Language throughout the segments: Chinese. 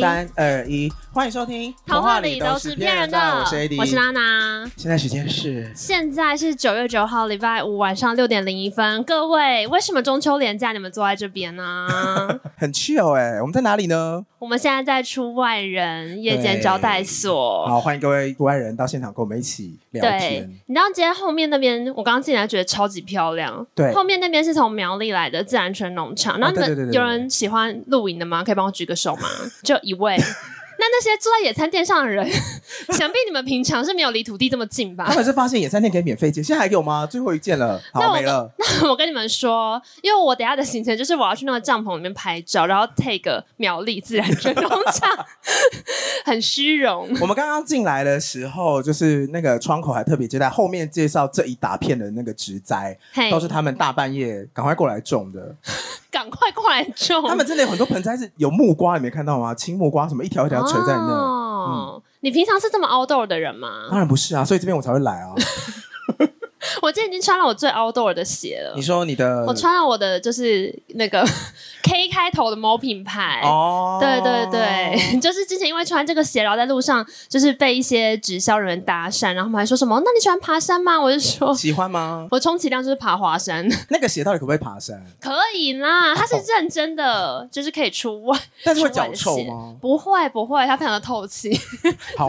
三二一，欢迎收听《童话里都是骗人的》，我是 AD，我是娜娜。现在时间是现在是九月九号礼拜五晚上六点零一分。各位，为什么中秋连假你们坐在这边 呢？很 chill 哎、我们在哪里呢？我们现在在出外人夜间招待所。好，欢迎各位国外人到现场跟我们一起聊哦对天。，你知道今天后面那边，我刚进来觉得超级漂亮。对啊后面那边是从苗栗来的自然圈农场。然后你对对对们对有人喜欢露营的吗？可以帮我举个手吗？ 就一位。那那些坐在野餐垫上的人， 想必你们平常是没有离土地这么近吧他？们是发现野餐垫可以免费借，现在还有吗？最后一件了，那好我没 了。我跟你们说，因为我等一下的行程就是我要去那个帐篷里面拍照，然后 take 苗栗自然卷农场， 很虚荣。我们刚刚进来的时候，就是那个窗口还特别接待后面介绍这一大片的那个植栽，嘿都，是他们大半夜赶快过来种的。赶快过来种。他们真的有很多盆栽是有木瓜，你没看到吗？青木瓜什么一条一条垂在那。嗯哦，你平常是这么 outdoor 的人吗当？然不是啊，所以这边我才会来啊。我今天已经穿了我最 outdoor 的鞋了你。说你的我穿了我的就是那个 K 开头的某品牌，哦，对对对， 就是之前因为穿这个鞋，然后在路上就是被一些直销人员搭讪，然后他们还说什么“那你喜欢爬山吗？”我就说喜欢吗？我充其量就是爬华山， 那个鞋到底可不可以爬山？可以啦，它是认真的，就是可以出外，但是哦会脚臭吗？不会不会，它非常的透气。好，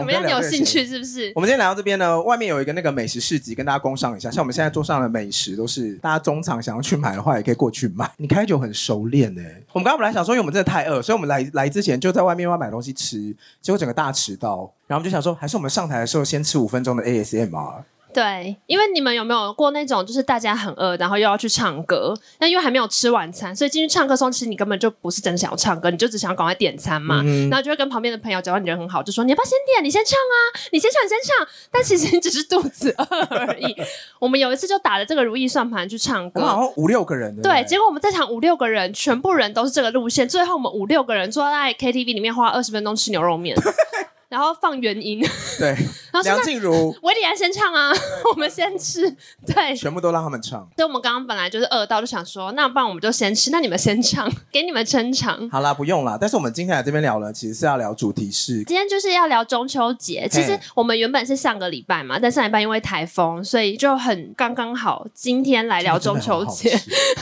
怎么样？你我有们再聊这个兴鞋趣？是不是？我们今天来到这边呢，外面有一个那个美食市集，跟大家工商一下。像我们现在桌上的美食，都是大家中场想要去买的话，也可以过去买。你开酒很熟练呢、我们刚刚本来想说，因为我们真的太饿，所以我们来来之前就在外面要买东西吃，结果整个大迟到。然后我们就想说，还是我们上台的时候先吃五分钟的 ASMR。对，因为你们有没有过那种，就是大家很饿，然后又要去唱歌，但因为还没有吃晚餐，所以进去唱歌的时候，其实你根本就不是真的想要唱歌，你就只想要赶快点餐嘛。嗯然后就会跟旁边的朋友，假如你人很好，就说你要不要先点，你先唱啊，你先唱，你先唱。但其实你只是肚子饿而已。我们有一次就打着这个如意算盘去唱我歌，们好像五六个人的，对，不结果我们在场五六个人，全部人都是这个路线。最后我们五六个人坐在 KTV 里面花二十分钟吃牛肉面，然后放原音，对，然后现梁在静茹维里安先唱啊，我们先吃。对，所全部都让他们唱。以我们刚刚本来就是饿到，就想说，那不然我们就先吃，那你们先唱， 给你们撑 场。好啦，不用啦。但是我们今天来这边聊了，其实是要聊主题是今天就是要聊中秋节。其实嘿我们原本是上个礼拜嘛，但上礼拜因为台风，所以就很刚刚好。今天来聊中秋节，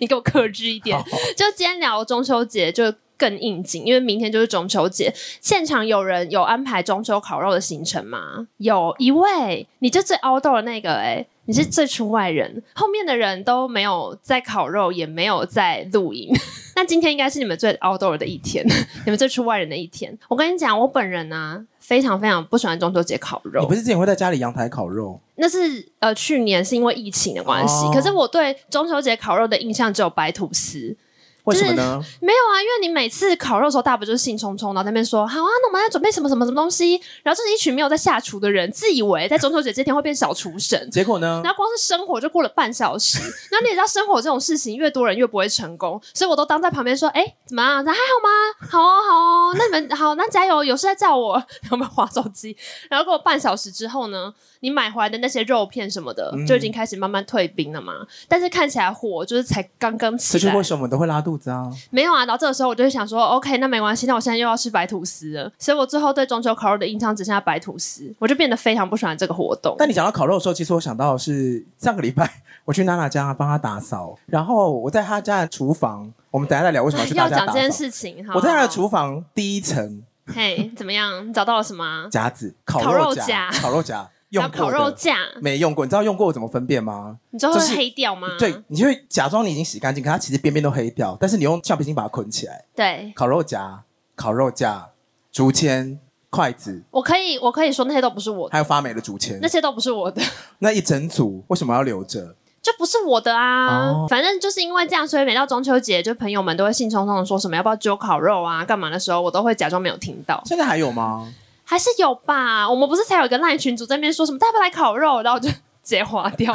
你给我克制一点好。 就今天聊中秋节就更应景，因为明天就是中秋节。现场有人有安排中秋烤肉的行程吗？有一位，你就最 outdoor 的那个哎、你是最出外人，后面的人都没有在烤肉，也没有在露营。 那今天应该是你们最 outdoor 的一天， 你们最出外人的一天。我跟你讲，我本人呢、非常非常不喜欢中秋节烤你肉不，是之前会在家里阳台烤肉？那是呃去年是因为疫情的关系。哦可是我对中秋节烤肉的印象只有白吐司，为什么 呢？，没有啊，因为你每次烤肉的时候，大家不就是兴冲冲，然后在那边说好啊，那我们要准备什么什么什么东西，然后就是一群没有在下厨的人，自以为在中秋节这天会变小厨神结果呢？然后光是生火就过了半小 时。然后你也知道，生火这种事情越多人越不会成功，所以我都当在旁边说，哎，怎么样、还好吗？好哦，好哦，那你们好，那加油，有事再叫我。 然后我们划手机，然后过了半小时之后呢，你买回来的那些肉片什么的、嗯就已经开始慢慢退冰了嘛，但是看起来火就是才刚刚起这来，就是为什么我们都会拉肚子啊！没有啊，然后这个时候我就会想说，OK，那没关系，那我现在又要吃白吐司了，所以我最后对中秋烤肉的印象只剩下白吐司，我就变得非常不喜欢这个活动。但你讲到烤肉的时候，其实我想到的是上个礼拜我去娜娜家帮她打扫，然后我在她家的厨房，我们等一下再聊为什么去她要家讲打这件扫。事情哈，我在她的好，厨房第一层嘿，怎么样？你找到了什么啊？夹子，烤烤肉夹，夹烤肉夹， 要用烤过肉 的架，没用过，你知道用过怎么分辨吗？你知道会就是黑掉吗？对，你就会假装你已经洗干净，可它其实边边都黑掉，但是你用橡皮筋把它捆起来。对烤肉夹、烤肉架、竹签、筷子，我可以，我可以说那些都不是 我的，还有发霉的竹签那，些都不是我的，那一整组为什么要留着？就不是我的啊。哦反正就是因为这样，所以每到中秋节，就朋友们都会兴冲冲的说什么要不要揪烤肉啊，干嘛的时候，我都会假装没有听到。现在还有吗？还是有吧？我们不是才有一个赖群主在那边说什么大家要不要来烤肉，然后我就直接划 掉，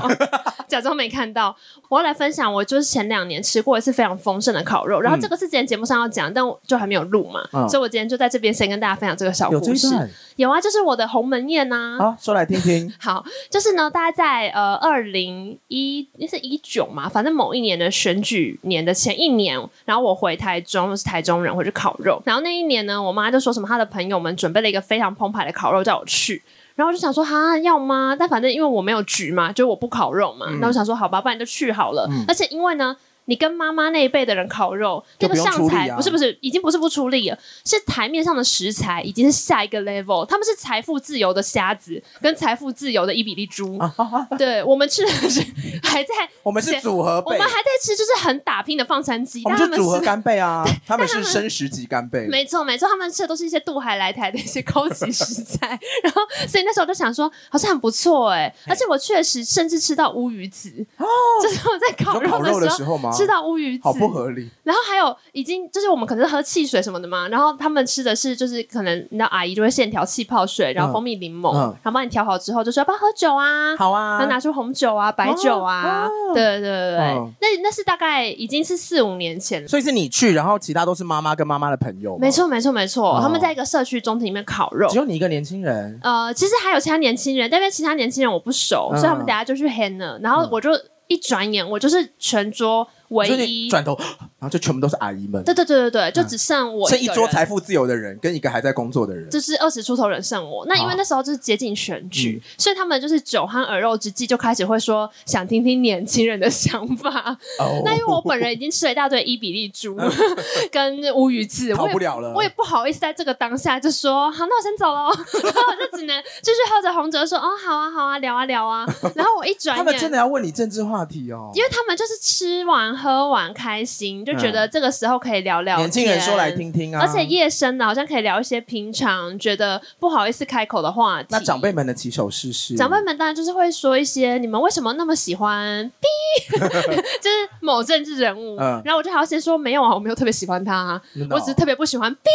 假装没看到。我要来分享，我就是前两年吃过一次非常丰盛的烤肉，然后这个是之前节目上要讲，但我就还没有录嘛，嗯所以我今天就在这边先跟大家分享这个小有这故一事。段有啊，就是我的鸿门宴啊呐、好，说来听 听。好，就是呢，大家在呃二零一是一九嘛，反正某一年的选举年的前一年，然后我回台中，我是台中人，回去烤肉。然后那一年呢，我妈就说什么她的朋友们准备了一个非常澎湃的烤肉叫我去，然后我就想说哈要吗？但反正因为我没有局嘛，就我不烤肉嘛，嗯那、我想说好吧，不然就去好了。嗯而且因为呢。你跟妈妈那一辈的人烤肉，就那个不用上出力菜啊不是不是，已经不是不出力了，是台面上的食材已经是下一个 level，他们是财富自由的虾子跟财富自由的伊比利猪。啊啊啊对我们吃的是还 在，我们是组合我贝哦们，还在吃，就是很打拼的放山鸡，我但们他就们组合是。干 贝啊，他但他们是们生食级干贝。没错，没错，他们吃的都是一些渡海来台的一些高级食材， 然后所以那时候我就想说，好像很不错哎、而且我确实甚至吃到乌鱼子，哦，就是我在你烤说烤肉的的时时候吗？吃到乌鱼子，好不合理。然后还有已经就是我们可能是喝汽水什么的嘛，然后他们吃的是就是可能你知道阿姨就会现调气泡水，然后蜂蜜柠檬，嗯然后帮你调好之后就说要不要喝酒啊，好然啊后拿出红酒啊、白酒啊，对对对对，嗯那那是大概已经是四五年前了。所以是你去，然后其他都是妈妈跟妈妈的朋友吗。没错，没错，没错，哦他们在一个社区中庭里面烤肉只。有你一个年轻人。呃，其实还有其他年轻人，但因为其他年轻人我不熟，嗯所以他们等下就去 hen 了。然后我就一转眼，我就是全桌唯所以一你，转头， 然后就全部都是阿姨们，对对对对对，就只嗯剩我剩一一个桌人财富自由的人跟一个还在工作的人。就是二十出头人胜我。那因啊为那时候就是接近选举，嗯所以他们就是酒酣耳肉之际就开始会说想听听年轻人的想法。哦那因为我本人已经吃了一大堆伊比利猪 跟乌鱼子，哦逃我嗯不也。了了，我也不好意思在这个当下就说好，那我先走喽。 然后我就只能继续喝着红酒说哦，好啊，好啊，聊啊聊啊。然后我一转他们真眼，的要问你政治话题哦。因为他们就是吃完喝完开心，就觉得这个时候可以聊聊天。嗯年轻人说来听听啊，而且夜深了，好像可以聊一些平常觉得不好意思开口的话题。那长辈们的起手式是长辈们当然就是会说一些你们为什么那么喜欢 B，就是某政治人物。嗯然后我就还要先说没有啊，我没有特别喜欢他啊、真的哦我只是特别不喜欢 B。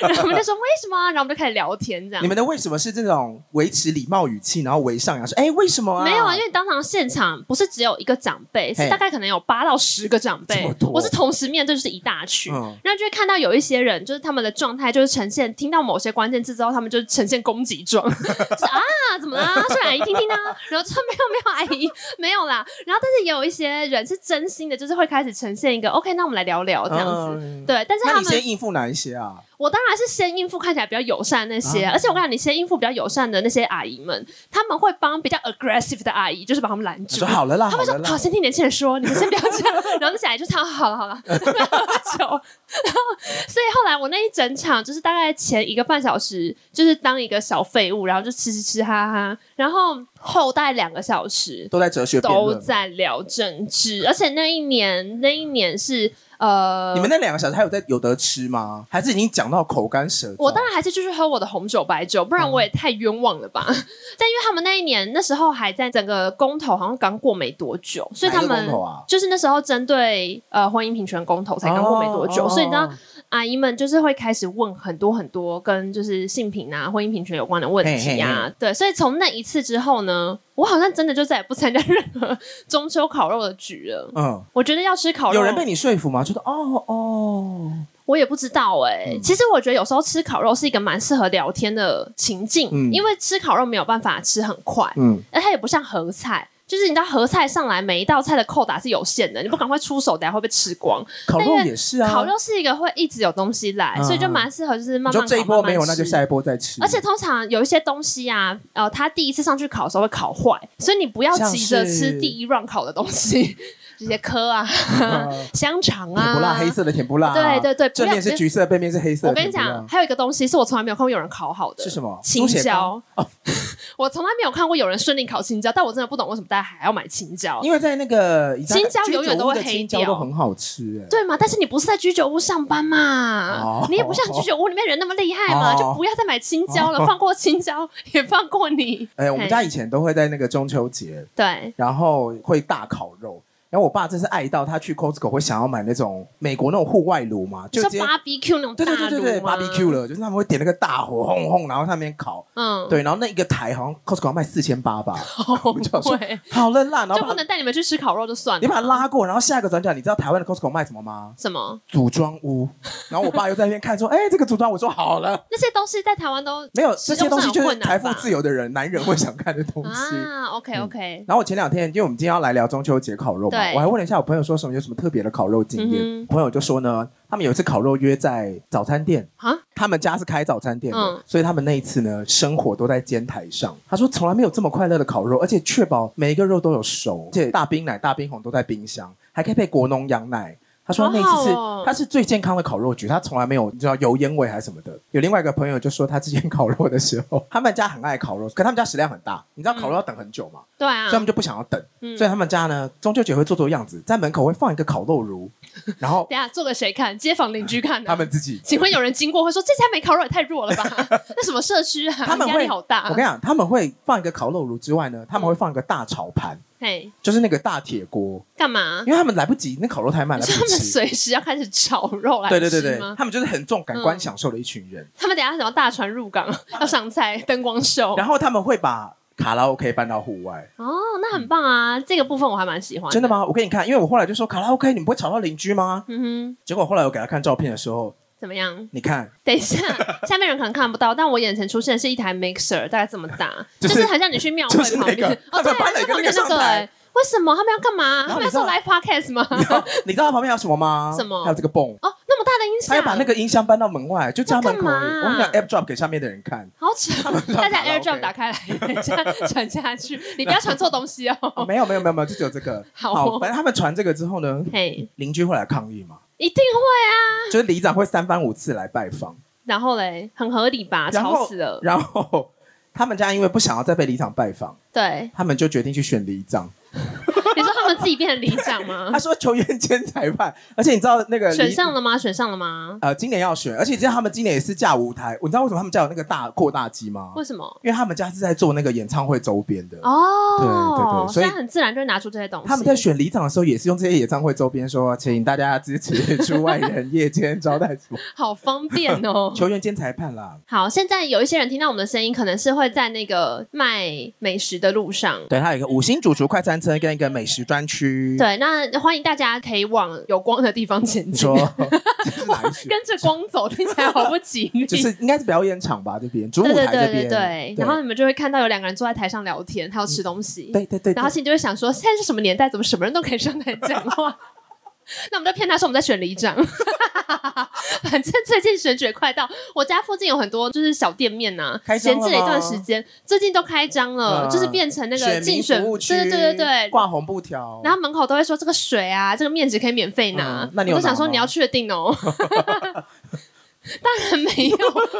然后我们就说为什么啊、然后我们就开始聊天这样你。们的为什么是这种维持礼貌语气，然后围上扬说哎为什么啊？没有啊，因为当场现场不是只有一个长辈，嘿是大概可能有八到十个长这辈么多，我是同时面对就是一大群，嗯然后就会看到有一些人，就是他们的状态就是呈现，听到某些关键字之后，他们就呈现攻击状， 就是啊怎么啦？说来阿姨听听啊，然后说没有没有阿姨没有啦，然后但是也有一些人是真心的，就是会开始呈现一个 OK，那我们来聊聊这样子。嗯对，但是那他你们，先应付哪一些啊？我当然是先应付看起来比较友善那些，啊而且我跟你讲，你先应付比较友善的那些阿姨们，他们会帮比较 aggressive 的阿姨，就是把他们拦你住说。好了啦，他们好说了：“好，啦，先听年轻人说，你们先不要这样。”然后那小孩就唱：“好了好 了，不要喝酒。”然后，所以后来我那一整场就是大概前一个半小时，就是当一个小废物，然后就吃吃吃哈哈，然后后大概两个小时都在哲学辩都论。在聊政治，而且那一年那一年是呃你，们那两个小时还有在有得吃吗？还是已经讲到口干舌燥？我当然还是继续喝我的红酒白酒，不然我也太冤枉了吧。嗯 但因为他们那一年那时候还在整个公投好像刚过没多久，所以他哪一们个公投啊就是那时候针对呃婚姻平权公投才刚过没多久，哦所以你知道哦阿姨们就是会开始问很多很多跟就是性平啊、婚姻平权有关的问题啊。嘿对，所以从那一次之后呢，我好像真的就再也不参加任何中秋烤肉的局了。嗯，我觉得要吃烤肉，有人被你说服吗？觉得哦哦，我也不知道哎、嗯其实我觉得有时候吃烤肉是一个蛮适合聊天的情境，嗯因为吃烤肉没有办法吃很快，嗯，而它也不像合菜。就是你知道合菜上来，每一道菜的扣打是有限的，你不赶快出手，等下会被吃光。烤肉但是也是啊，烤肉是一个会一直有东西来，嗯所以就蛮适合就是你慢慢说烤这一波没有，慢慢那吃就下一波再吃。而且通常有一些东西啊，呃，它第一次上去烤的时候会烤坏，所以你不要急着像是吃第一 round 烤的东 西，这些科啊、 嗯香肠甜啊、不辣，黑色的甜不辣啊，对对对不正要面是橘色，背面是黑色的我跟甜你不辣。讲，还有一个东西是我从来没有看过有人烤好的，是什么青猪血哦椒。 我从来没有看过有人顺利烤青椒，但我真的不懂为什么大家还要买青椒，因为在那个宜家青椒永远都会居酒屋的青椒黑掉都很好吃，哎，对吗？但是你不是在居酒屋上班嘛，哦你也不像居酒屋里面人那么厉害嘛，哦就不要再买青椒了，哦哎放过青椒也放过你。哎，我们家以前都会在那个中秋节，对，然后会大烤肉。然然后我爸真是爱到他去 Costco 会想要买那种美国那种户外炉嘛，就就直接 barbecue 那种大对炉对吗对对对 barbecue 了，就是他们会点那个大火轰轰，然后上面烤。嗯，对，然后那一个台好像 Costco 要卖四千八吧，好我就想说贵，好了啦，然后就把不能带你们去吃烤肉就算了。你把它拉过，然后下一个转角，你知道台湾的 Costco 卖什么吗？什么？组装 屋。然后我爸又在那边看说，哎、这个组装，我说好了，那些东西在台湾都没有这些东西使用上有就是困难吧财富自由的人，男人会想看的东西。啊，OK 嗯 OK，然后我前两天，因为我们今天要来聊中秋节烤肉嘛对，我还问了一下我朋友说什么有什么特别的烤肉经验。嗯哼朋友就说呢，他们有一次烤肉约在早餐店，啊，他们家是开早餐店的，嗯所以他们那一次呢，生火都在煎台上。他说从来没有这么快乐的烤肉，而且确保每一个肉都有熟，而且大冰奶、大冰红都在冰箱，还可以配国农羊奶。他说那一次是、好好哦他是最健康的烤肉局，他从来没有你知道油烟味还是什么的。有另外一个朋友就说，他之前烤肉的时候，他们家很爱烤肉，可他们家食量很大，你知道烤肉要等很久嘛，对啊所以，他们就不想要等，嗯所以他们家呢中秋节会做做样子，在门口会放一个烤肉 炉，然后等一下做给谁看？街坊邻居看的。他们自己请问有人经过会说这家没烤肉也太弱了吧？ 那什么社区啊？他们会压力好大我。跟你讲，他们会放一个烤肉炉之外呢，他们会放一个大炒盘，嘿，就是那个大铁锅，干嘛？因为他们来不及，那烤肉太慢，你来说不嗯他们及吃。随时要开始炒肉来对对对吃对吗，他们就是很重感嗯官享受的一群人。他们等一下什么大船入 港要上菜灯光秀然后他们会把卡拉 OK 搬到户外，哦，那很棒啊！这个部分我还蛮喜欢。真的？吗？我给你看，因为我后来就说卡拉 OK 你们不会吵到邻居吗？嗯哼，结果后来我给他看照片的时候，怎么样？你看等一下， 下面人可能看不到，但我眼前出现的是一台 mixer，大概这么大， 就是就是很像你去庙会就是旁那边个哦，他对们啊，搬了一就个旁那边个那上个哎台，为什么他们要干嘛？然他们后你要知道做 live podcast 吗？你知道 你知道他旁边有什么 吗？什么还有这个泵， 哦，那么大的音响，他要把那个音箱搬到门外，就家门口而已。那干我嘛跟你讲 AirDrop 给下面的人看。好扯！大家卡拉 AirDrop OK 打开来， 等一下传下去，你不要传错东西 哦哦。没有没有没有没有，就只有这个。 好哦反正他们传这个之后呢，嘿，邻居会来抗议嘛，一定会啊。就是里长会三番五次来拜访，然后嘞，很合理吧？然啊吵后死了。然后他们家因为不想要再被里长拜访，对，他们就决定去选里长。你说他们自己变成里长吗他？说球员兼裁判，而且你知道那个里选上了吗？选上了吗？呃今年要选，而且你知道他们今年也是架舞台，你知道为什么他们家有那个大扩大机吗？为什么？因为他们家是在做那个演唱会周边的。哦，对对对所以现在很自然就会拿出这些东西。他们在选里长的时候，也是用这些演唱会周边说，请大家支持出外人夜间招 待所。。好方便哦 球员兼裁判啦，好，现在有一些人听到我们的声音，可能是会在那个卖美食的路上。对，它有一个五星主厨快餐车跟一个美食专区。，对，那欢迎大家可以往有光的地方前你进 说。这是哪一区？跟着光走听起来好不吉利。就是应该是表演场吧，这边主舞对对台对这对边。对，然后你们就会看到有两个人坐在台上聊天，还有吃东西。对对对，然后心里就会想说，现在是什么年代，怎么什么人都可以上台讲 话？那我们就骗他说我们在选里长。 反正最近选举也快到，我家附近有很多就是小店面呐、开张闲了置了一段吗时间，最近都开张了，嗯就是变成那个选竞民选，服务区，对对对对对。挂红布条。然后门口都会说这个水啊，这个面纸可以免费拿。嗯那你有我就想拿说吗你要确定 哦。当然没有，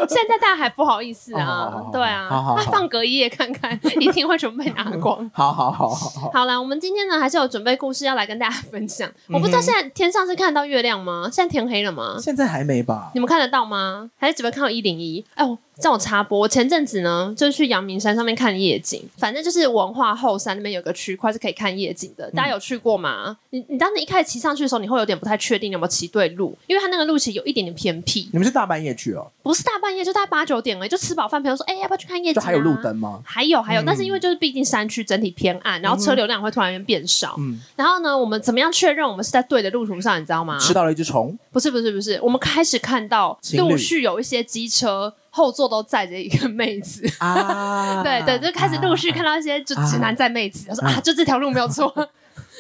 现在大家还不好意思哦好好啊好，对啊好好，好那放隔一夜看看，一定会全部被拿光。好好好好好，好啦，我们今天呢还是有准备故事要来跟大家分享。嗯我不知道现在天上是看得到月亮吗？现在天黑了吗？现在还没吧？你们看得到吗？还是只会看到一零一？哎，我让我插播，我前阵子呢，就是去阳明山上面看夜景，反正就是文化后山那边有个区块是可以看夜景嗯的，大家有去过吗？你你当时一开始骑上去的时候，你会有点不太确定你有没有骑对路，因为它那个路其实有一点点偏僻，你们是大半夜去哦？不是大半夜，就大概八九点了，就吃饱饭，朋友说，哎、要不要去看夜景、就啊？还有路。灯吗？还有还有，嗯但是因为就是毕竟山区整体偏暗，然后车流量会突然间变少，嗯，然后呢，我们怎么样确认我们是在对的路途上？你知道吗？吃到了一只虫，不是不是不是，我们开始看到情侣陆续有一些机车后座都载着一个妹 子。啊 对对，就开始陆续看到一些就直男载妹子，他说啊，就这条路没有 错，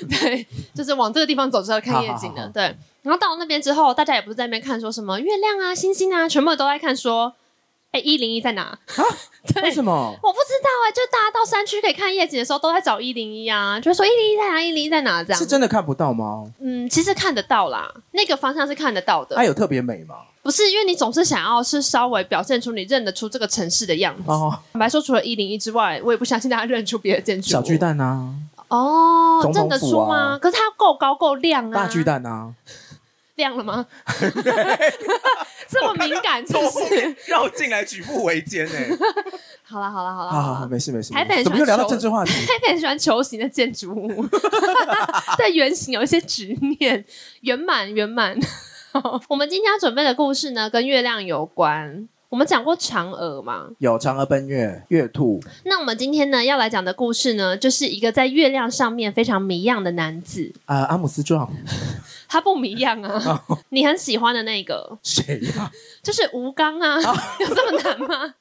对，就是往这个地方走之后看夜景好好的，好对。然后到了那边之后，大家也不是在那边看说什么月亮啊、星星啊，全部都在看说，哎，一零一在哪？啊为什么？我不知道哎、就大家到山区可以看夜景的时候，都在找一零一啊，就会说一零一在哪？一零一在哪？这样是，真的看不到吗？嗯，其实看得到啦，那个方向是看得到的它。有特别美吗？不是，因为你总是想要是稍微表现出你认得出这个城市的样子。哦，坦白说，除了一零一之外，我也不相信大家认出别的建筑物。小巨蛋啊，哦总，统认得府出吗？啊可是它够高够亮啊！ 大巨蛋啊，亮了 吗？这么敏感是不从后面是？绕进来，举步维艰欸 呢。好啦好啦好啦，好好啊好，没事没事。台北人怎么又聊到喜欢政治话题？台北很喜欢球形的建筑物， 对圆形有一些执念，圆满圆满。 我们今天要准备的故事呢，跟月亮有关。我们讲过嫦娥嘛？ 有嫦娥奔月、月兔，那我们今天呢要来讲的故事呢，就是一个在月亮上面非常迷样的男子。啊，阿姆斯壮，他不迷样啊，哦你很喜欢的那个谁 呀？就是吴刚啊，哦有这么难吗？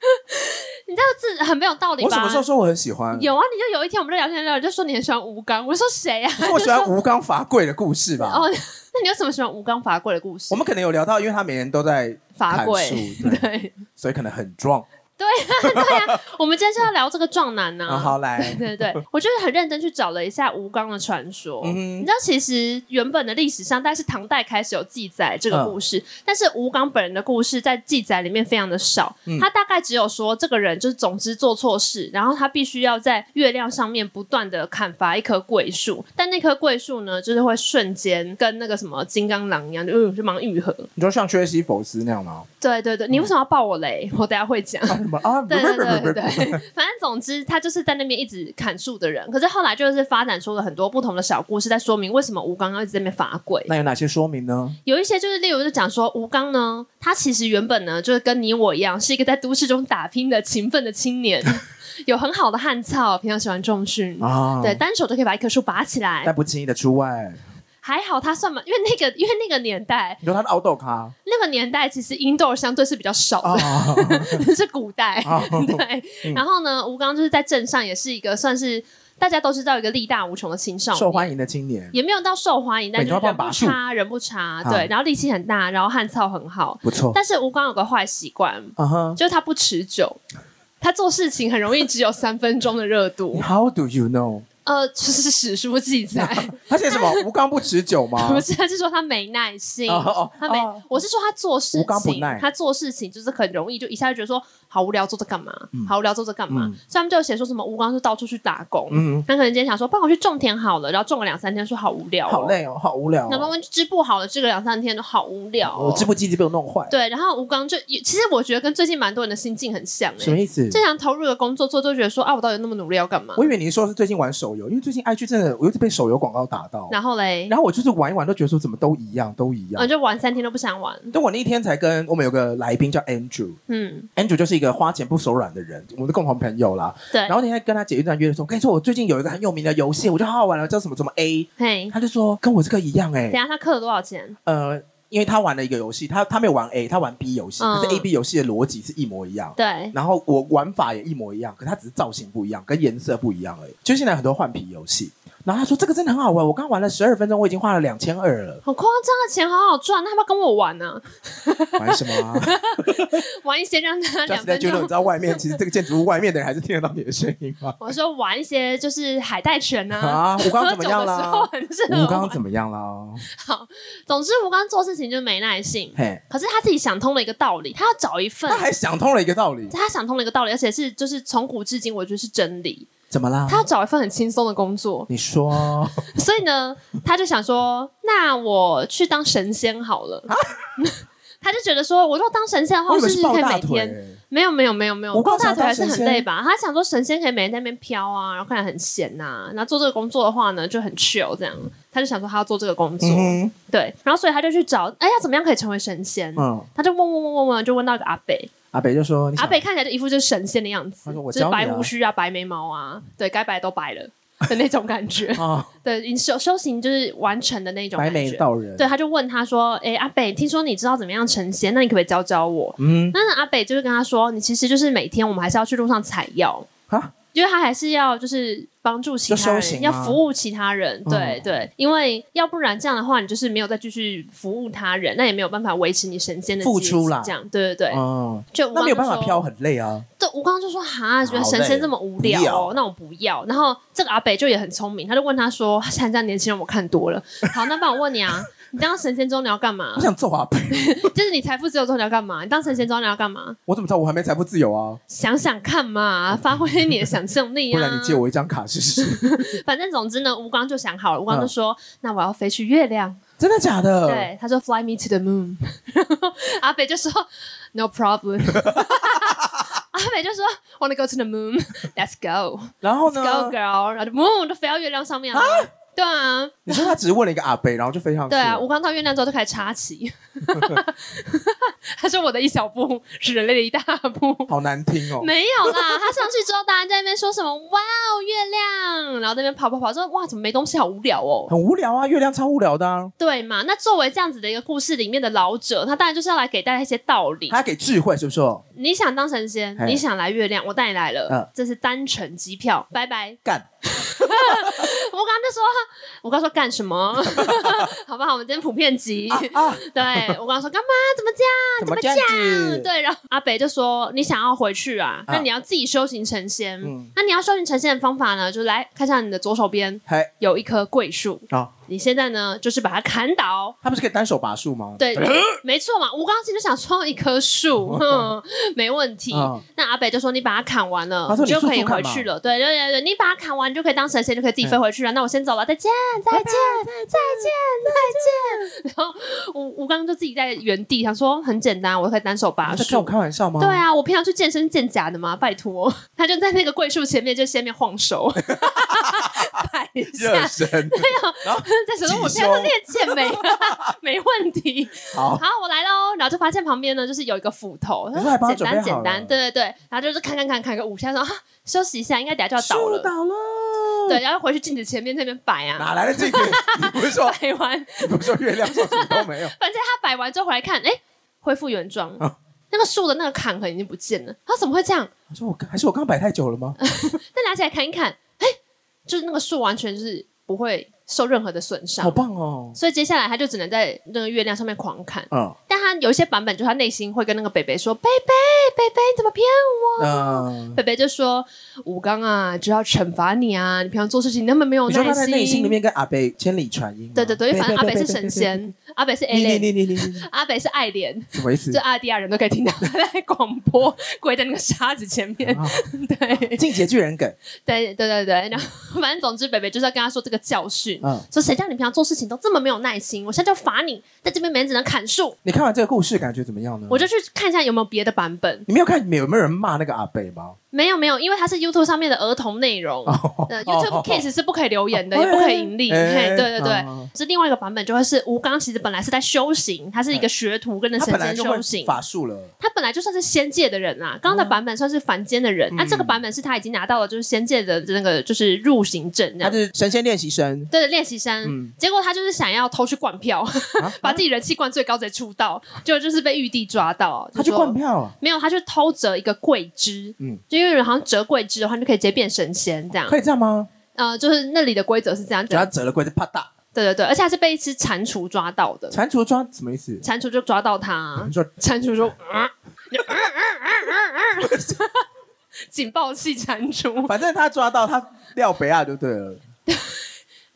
你这样子很没有道理吧？我什么时候说我很喜欢？有啊？你就有一天我们就聊天聊，就说你很喜欢吴刚，我说谁啊？我喜欢吴刚伐桂的故事吧。哦， 那你有什么喜欢吴刚伐桂的故事？我们可能有聊到，因为他每年都在伐砍桂树，对， 对所以可能很壮。我们今天就要聊这个壮男呢、啊，好来 对，对对，我就是很认真去找了一下吴刚的传说。嗯你知道，其实原本的历史上，大概是唐代开始有记载这嗯个故事，但是吴刚本人的故事在记载里面非常的少。嗯他大概只有说，这个人就是总之做错事，然后他必须要在月亮上面不断的砍伐一棵桂树，但那棵桂树呢，就是会瞬间跟那个什么金刚狼一样，就、嗯、就忙愈合。你说像缺西佛斯那样吗？对对对，你为什么要爆我雷？ 我等一下会讲。啊什么啊？对对不不嗯不哦 对 不对不，反正总之他就是在那边一直砍树的人。可是后来就是发展出了很多不同的小故事，在说明为什么吴刚要一直在那边罚跪。那有哪些说明呢？有一些就是例如就讲说吴刚呢，他其实原本呢就是跟你我一样，是一个在都市中打拼的勤奋的青 年，有很好的汗草，平常喜欢重训。啊，对，，单手就可以把一棵树拔起来但，不轻易的出外。还好他算嘛，因为那个因为那个年代，你说他的凹豆咖那个年代其实 indoor 相对是比较少的，啊 是古代。啊，对，嗯然后呢，吴刚就是在镇上也是一个算是大家都知道一个力大无穷的青少年，受欢迎的青年也没有到受欢迎，但每就是条棒人不把数差，人不差，好对，然后力气很大，然后汗操很好。不错。但是吴刚有个坏习惯，啊哈就是他不持久，他做事情很容易只有三分钟的热度， ，How do you know？呃，就是史书记载，他写 什么？吴刚不持久吗？不是，他是说他没耐心。哦哦他没哦，我是说他做事无刚不情耐，他做事情就是很容易就一下就觉得说好无聊，做这干嘛？嗯好无聊，做这干嘛？嗯所以他们就有写说什么吴刚就到处去打工，嗯，他可能今天想说帮我去种田好了，然后种个两三天，说好无聊、哦，好。累哦，好无聊哦。那帮我去织布好了，织个两三天都好无聊、哦。我织布机子被我弄坏，对，然后吴刚就其实我觉得跟最近蛮多人的心境很像什么哎、意思？正想投入的工作做，就觉得说啊，我到底那么努力要干嘛？我以为你说是最近玩手游，因为最近 IG 真的我一直被手游广告打到，然后嘞，然后我就是玩一玩都觉得说怎么都一样，都一嗯，样。就玩三天都不想玩，但我那一天才跟我们有个来宾叫 Andrew，Andrew 嗯，就是一个花钱不手软的人，我们的共同朋友啦。对然，后那天跟他姐一段约的时候，我跟你说我最近有一个很有名的游戏，我觉得好好玩了，叫什么什么 A，嘿，他就说跟我这个一样哎、等一下他氪了多少钱？呃，因为他玩了一个游戏，他他没有玩 A，他玩 B 游戏，嗯可是 A B 游戏的逻辑是一模一样。对，，然后我玩法也一模一样，可它只是造型不一样，跟颜色不一样而已。就现在很多换皮游戏，然后他说这个真的很好玩，我刚玩了十二分钟，我已经花了两千二了好夸张的钱，好好赚，那要不要跟我玩呢、玩什么、啊？ 玩一些让他但两是在分觉得你钟知。道外面其实这个建筑物外面的人还是听得到你的声音吗？我说玩一些就是海带拳啊，啊，吴刚喝怎酒的么样时候啦？很适合吴刚玩怎么样啦？总之，吴刚做事情就没耐性，嘿，可是他自己想通了一个道理，他要找一份他。还想通了一个道理，他想通了一个道理，而且是就是从古至今，我觉得是真理。怎么啦？他要找一份很轻松的工作，你说所以呢，他就想说，那我去当神仙好了。 他就觉得说，我如果当神仙的话，啊是我以为不是是抱可以大每腿天欸，没有没有没有没有，我抱大爸想腿还当是神仙很累吧？他想说神仙可以每天在那边飘啊，然后看起来很闲呐、然后做这个工作的话呢，就很 chill 这样。他就想说他要做这个工作，嗯对，然后所以他就去找，哎，要怎么样可以成为神仙？哼嗯，他就问问问问问，就问到一个阿北，阿北就说你阿想北看起来就一副就是神仙的样子，他说我就是教你啊，白胡须啊、白眉毛啊，对该白都白了的那种感觉 啊，对，已经修修行就是完成的那种白感眉觉。道人，对，，他就问他说：“哎、阿北，听说你知道怎么样成仙，那你可不可以教教我？”嗯那阿北就是跟他说，你其实就是每天我们还是要去路上采药，啊，因为他还是要就是帮助其他就修人，行要吗服务其他人，对、嗯对，因为要不然这样的话，你就是没有再继续服务他人，那也没有办法维持你神仙的付阶出级啦这样对对对，哦，就吴那刚没有就办法说飘，很累啊。对，吴刚就说哈，觉得好神仙累这么无聊哦不要，那我不要。然后这个阿北就也很聪明，他就问他说，现在年轻人我看多了，好，那帮我问你啊，你当神仙粥你要干嘛 我？想揍阿北，就是你财富自由之后你要干嘛？你当神仙粥你要干嘛？我怎么知道我还没财富自由啊？想想看嘛，发挥你的想象力嗯不啊！然你借我一张卡试试， 反正总之呢，吴刚就想好了，吴刚就嗯说：“那我要飞去月亮。真的假的？对，他说：“Fly me to the moon。” 阿北就说：“No problem。”阿北就说：“Wanna go to the moon? Let's go, 然后 let's go, 呢？ girl。”然后就 moon 就飞到月亮上面了。对啊，你说他只是问了一个阿北，然后就飞上去？对啊，吴刚到月亮之后就开始插旗。 他说：“我的一小步是人类的一大步。”好难听哦。没有啦，他上去之后，大家在那边说什么“哇哦，月亮”，然后在那边跑跑跑，说“哇，怎么没东西，好无聊哦很无聊啊，月亮超无聊的、啊”，。对嘛？那作为这样子的一个故事里面的老者，他当然就是要来给大家一些道理。他给智慧是不哦是？你想当神仙，嘿你想来月亮，我带你来了，嗯这是单程机票，拜拜。 干，我刚刚就说，我刚说干什 么？好不好？我们今天普遍级。啊对我刚刚说干嘛？怎么这样？怎么这样子？对，然后阿北就说：“你想要回去啊？那你要自己修行成仙。嗯那你要修行成仙的方法呢，就是来看一下你的左手边嘿，有一棵桂树，啊，你现在呢就是把它砍倒。他不是可以单手拔树吗？ 对，没错嘛。吴刚琴就想说一棵树，哼，没问题。嗯那阿北就说：你把它砍完了，他说你就你速速可以砍嗯回嘛去了。对对对对，你把它砍完，你就可以当神仙，就可以自己飞回去了。那我先走了，再见，再见，再见，再见。然后吴吴刚就自己在原地想说：很简单，我可以单手拔他树。在跟我开玩笑吗？对，啊，我平常去健身健假的嘛，拜托，他就在那个桂树前面就先面晃 手， 摆一热下，身。然后在想说我现在都练健美了，没问题。好，好，我来喽，然后就发现旁边呢就是有一个斧头，你说还帮他简单准备好简单，了对对对，然后就是看看看看个五下，说啊休息一下，应该等下就要倒树了，倒了。对，然后回去镜子前面那边摆啊。哪来的镜子？ 你不是说摆完，你不是说月亮上什么都没有？反正他摆完之后回来看，哎、恢复原状，啊那个树的那个坎痕已经不见了。他怎么会这样？我说我刚还是我刚摆太久了吗？再拿起来看一看，哎、就是那个树完全是不会受任何的损好伤，棒哦。所以接下来他就只能在那个月亮上面狂砍。嗯但他有一些版本，就是他内心会跟那个北北说：“北北，北北，你怎么骗我？”嗯，北北就说：“武刚啊，就要惩罚你啊！你平常做事情那么没有你说耐他心。在”内心里面跟阿北千里传音吗。对对对，因为反正阿北是对神。仙，阿北是对 A 对对对脸，你你你你你你阿北是爱莲，什么意思就？阿迪亚人都可以听到他在广播跪在那个沙子前面。啊对，进阶巨人梗。对对对对，然后反正总之，北北就是要跟他说这个教训，嗯说谁叫你平常做事情都这么没有耐心，我现在就罚你，在这边每人只能砍树。你看完这个故事感觉怎么样呢？我就去看一下有没有别的版本，你没有看有没有人骂那个阿北吗？没有没有，因为它是 YouTube 上面的儿童内容。哦呃哦，YouTube 哦 Kids 是不可以留言的，哦也不可以盈利。哎嘿，对对对哦，是另外一个版本，就会是吴刚其实本来是在修行，他是一个学徒，跟着他神本来仙就会修行。法术了，他本来就算是仙界的人啊，刚刚的版本算是凡间的人，嗯那、这个版本是他已经拿到了就是仙界的那个就是入行证，这样他就是神仙练习生。对练习生，嗯结果他就是想要偷去灌 票，把自己人气灌最高再出道，结果就是被玉帝抓到，他就去说灌。票啊，没有，他就偷折一个桂枝，嗯嗯，就因为有人好像折桂枝的话，你就可以直接变神仙这样可。以这啊样吗？呃，就是那里的规则是这样只讲要，折了龟就啪嗒，对对对，而且他是被一只蟾蜍抓到的，蟾蜍抓什么意思？蟾蜍就抓到他你，说蟾蜍说，呃就 呃呃呃呃呃警报器蟾蜍，反正他抓到他廖北亚就对了。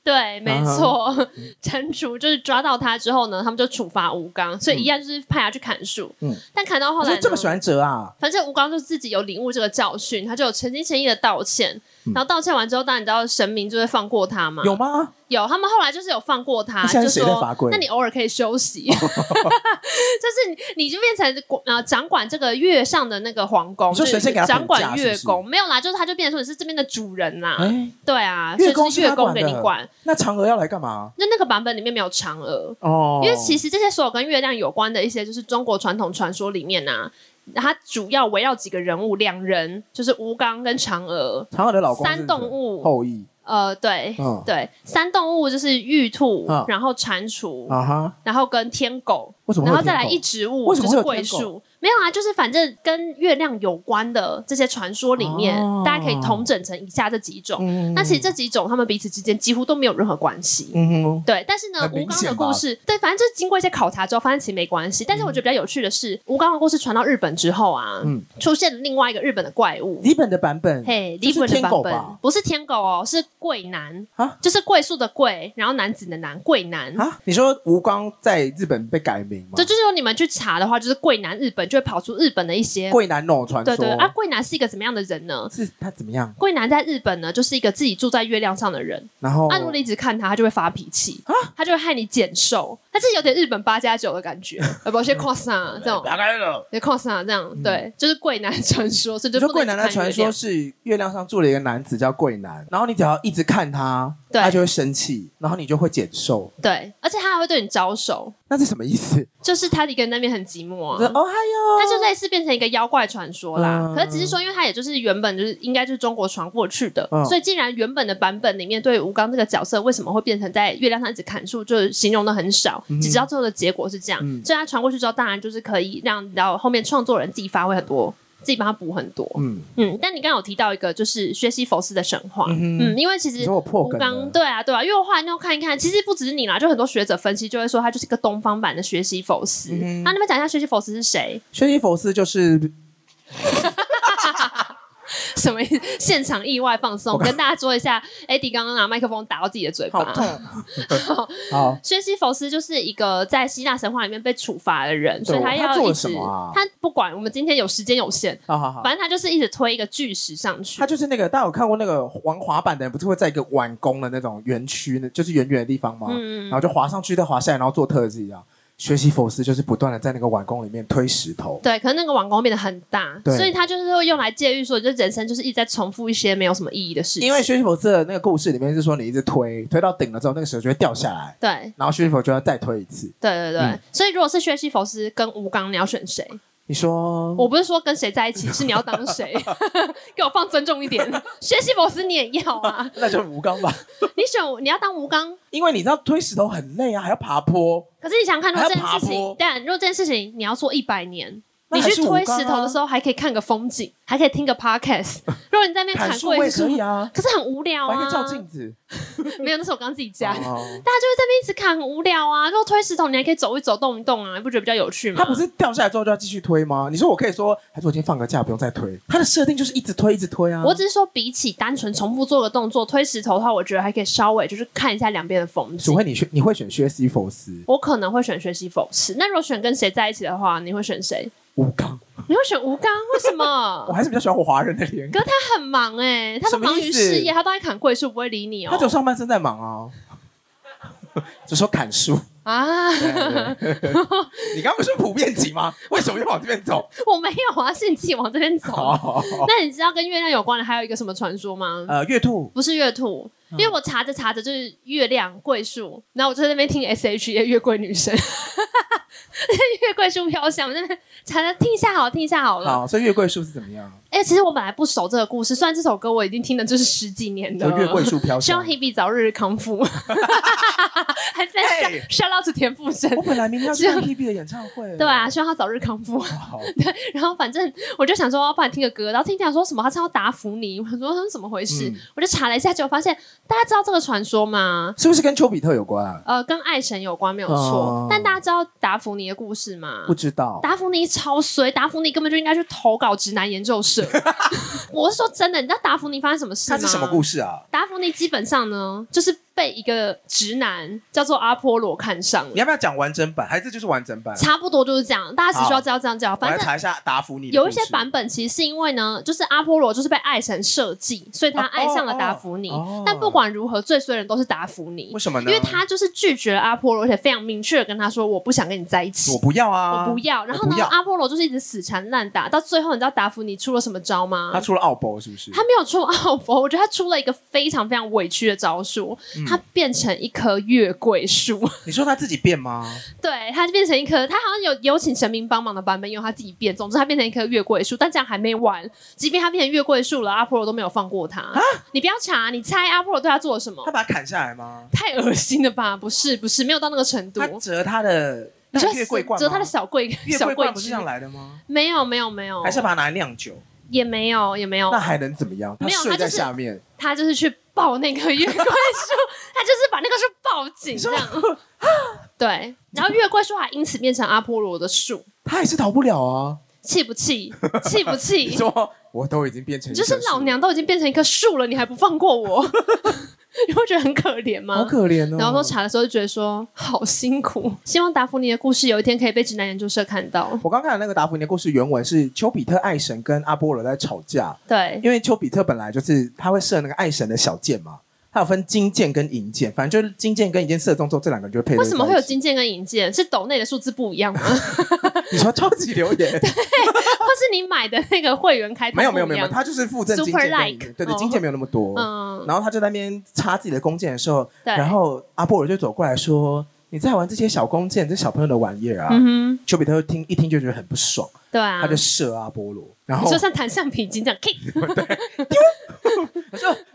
对，没错，啊蟾蜍就是抓到他之后呢，他们就处罚吴刚，所以一样就是派他去砍树。嗯但砍到后我来说呢这么喜欢折啊？反正吴刚就自己有领悟这个教训，他就有诚心诚意的道歉。然后道歉完之后，当然你知道神明就会放过他嘛。嗯有吗？有他们后来就是有放过他，那现在就是谁在罚说跪那你偶尔可以休 息，就是你你就变成管呃掌管这个月上的那个皇宫，你说就是神仙给他掌管绑架月是不是宫没有啦，就是他就变成说你是这边的主人啦，哎，对啊，月所以宫就是是月他宫管给的你管。那嫦娥要来干嘛？那那个版本里面没有嫦娥，哦，因为其实实这些所有跟月亮有关的一些，就是中国传统传说里面啊，它主要围绕几个人物，两人就是吴刚跟嫦娥，嫦娥的老公哦是三动物，后羿呃，对。嗯对，三动物就是玉兔，嗯然后蟾蜍，啊哈，然后跟天狗，为什么会然有后再来天狗一植物，为什么就会是有桂天狗树。没有啊，就是反正跟月亮有关的这些传说里面，哦大家可以统整成以下这几种。嗯那其实这几种他们彼此之间几乎都没有任何关系。嗯哼，对，但是呢，很吴明刚显的吧故事，对，反正就是经过一些考察之后，发现其实没关系。但是我觉得比较有趣的是，吴刚的故事传到日本之后啊，嗯出现了另外一个日本的怪物，李本的版本，嘿，这日是本的天版狗本吧不是天狗哦，是贵男啊就是贵树的贵，然后男子的男，贵男。啊，你说吴刚在日本被改名吗？对，就是说你们去查的话，就是贵男日本就会跑出日本的一些，贵男弄传说，对对啊，贵男是一个怎么样的人呢？是他怎么样？贵男在日本呢，就是一个自己住在月亮上的人。然后啊，如果你一直看他，他就会发脾气，啊他就会害你减瘦，他是有点日本八加九的感觉，呃，不，先跨啥这 种，开了。先跨啥这样，对，就是贵男传说，所以嗯你就说不贵能男一的直看传月亮说是月亮上住了一个男子叫贵男，然后你只要一直看他，对他就会生气，然后你就会减瘦，对，而且他还会对你招手，那是什么意思？就是他一个人在那边很寂寞我说啊。哦嗨哟，他就类似变成一个妖怪传说啦，嗯可是只是说，因为他也就是原本就是应该就是中国传过去的，嗯所以既然原本的版本里面对吴刚这个角色为什么会变成在月亮上一直砍树，就是形容的很少，嗯只知道最后的结果是这样，嗯所以他传过去之后，当然就是可以让你知道后面创作人自己发挥很多，自己帮他补很多，嗯，嗯，但你刚刚有提到一个，就是学习佛斯的神话，嗯嗯哼因为其你实说我破吴梗刚了，对啊对啊，因为我后来那看一看，其实不只是你啦，就很多学者分析就会说他就是一个东方版的学习佛斯。嗯哼那你们讲一下学习佛斯是谁？学习佛斯就是什么意思？ 现场意外放送，跟大家说一下，AD 刚刚拿麦克风打到自己的嘴好巴。痛，啊 好，薛西佛斯就是一个在希腊神话里面被处罚的人，所以对他要做了一什直么啊他不管我们今天有时间有限，好好好。反正他就是一直推一个巨石上去他。就是那个，大家有看过那个玩滑板的人，不是会在一个弯弓的那种园区，就是圆圆的地方吗？嗯然后就滑上去，再滑下来，然后做特技啊。学习佛斯就是不断的在那个碗弓里面推石头，对，可是那个网工变得很大，对所以他就是会用来借喻说，就人生就是一直在重复一些没有什么意义的事情。因为学习佛斯的那个故事里面是说，你一直推，推到顶了之后，那个石头就会掉下来，对然后学习佛就要再推一次。对对对，嗯所以如果是薛西佛斯跟吴刚，你要选谁？你说我不是说跟谁在一起，是你要当谁？ 给我放尊重一点。薛西佛斯你也要啊？ 那就吴刚吧，你选你要当吴刚，因为你知道推石头很累啊，还要爬坡，可是你想想看，如还果要这件爬事情啊坡，但如果这件事情你要做一百年。那你还去是吴推刚石头的啊时候，还可以看个风景，还可以听个 podcast。如果你在那边砍砍树我桂也可树以，啊，可是很无聊我还可啊以。照镜子。没有，那是我刚自己加的。哦大家就会在那边一直砍，很无聊啊。如果推石头，你还可以走一走、动一动啊，你不觉得比较有趣吗？ 他不是掉下来之后就要继续推吗？你说我可以说，还是我今天放个假不用再推？他的设定就是一直推，一直推啊。我只是说，比起单纯重复做个动作推石头的话，我觉得还可以稍微就是看一下两边的风只景。会你选，你会选薛西佛斯、我可能会选学习否斯。那如果选跟谁在一起的话，你会选谁？吴刚，你会选吴刚？为什我 么？还是比较喜欢我华人的脸。哥他很忙哎、他都什么忙意于思事业，他都在砍桂树，不会理你哦他。只有上半身在忙啊，只说砍树。 啊，对对对你刚刚不是普遍级吗？为什么又往这边走？我没有啊，是你自己往这边走。好，那你知道跟月亮有关的还有一个什么传说吗？呃，嗯月兔不是月兔，因为我查着查着就是月亮桂树，然后我就在那边听 S H E 月桂女神， 月桂树飘香，我在那边查着听一下好，听一下好了。好，所以月桂树是怎么样？哎、其实我本来不熟这个故事，虽然这首歌我已经听了就是十几年就了。月桂树飘希望香。 Hebe 早日康复， 还在哎 shout shout out to 田馥甄我，本来明天要去看 P P 的演唱会。对啊，，希望他早日康复。 好，然后反正我就想说，要不然听个歌，然后听讲说什么他唱到达芙妮，我想说嗯怎么回事？嗯我就查了一下，结果发现大家知道这个传说吗？是不是跟丘比特有关啊？呃，跟爱神有关没有错，哦但大家知道达芙妮的故事吗不？知道。达芙妮超衰，达芙妮根本就应该去投稿直男研究社。 我是说真的，你知道达芙妮发生什么事它吗？是什么故事？事啊？达芙妮基本上呢，就是被一个直男叫做阿波罗看上你了，要不要讲完整版？还是这就是完整版？差不多就是这样。大家只需要知道这样叫，我反来正查一下达芙妮的故事。有一些版本其实是因为呢，就是阿波罗就是被爱神设计，所以他爱上了达芙妮。哦哦哦但不管如何，最衰的人都是达芙妮为，什么因呢？为他就是拒绝了阿波罗，而且非常明确的跟他说：“我不想跟你在一起，我不要啊，我不要。”然后我呢不，要阿波罗就是一直死缠烂打，到最后你知道达芙妮出了什么招吗？他出了奥博是不是？啊他没有出奥佛，我 觉得他出了一个非常非常委屈的招数，嗯他变成一棵月桂树， 你说他自己变吗？对，他就变成一棵，他好像有有请神明帮忙的版本，用他自己变，总之他变成一棵月桂树，但这样还没完，即便他变成月桂树了，阿波罗都没有放过他。你不要查，你猜阿波罗对他做了什么他？把他砍下来吗？太恶心了吧？不是，不是，没有到那个程度他。折他的你那说有月桂冠只有吗？它的小桂月小桂桂冠不是枝这样来的吗？没有没有没有，还是把它拿来酿酒？也没有也没有那，还能怎么样？它没有睡它就在是下面，他就是去抱那个月桂 树，他就是把那个树抱紧这样。对，然后月桂树还因此变成阿波罗的树，它还是逃不了啊！气不 气？气不你气？说我都已经变成你一就棵是树老娘都已经变成一棵树了，你还不放过我？ 你会觉得很可怜吗？好可怜哦。啊然后说查的时候就觉得说好辛苦，希望达芙妮的故事有一天可以被直男研究社看到。我刚看的那个达芙妮的故事原文是丘比特爱神跟阿波罗在吵架，对，因为丘比特本来就是他会射那个爱神的小箭嘛，他有分金箭跟银箭，反正就是金箭跟银箭射中之后，这两个人就会配合。为什么会有？金剑跟银剑？是斗内的数字不一样 吗？或你说超级 留言？是你买的那个会员开通没有没有不没一有，样他就是附赠金箭 Super 跟银箭 like 对对，哦金箭没有那么多。嗯，然后他就在那边插自己的弓箭的时候，对然后阿波罗就走过来说：“你在玩这些小弓箭，这小朋友的玩意儿啊！”嗯哼，丘比特听一听就觉得很不爽，对啊，他就射阿波罗，然后就像弹橡皮筋这样，k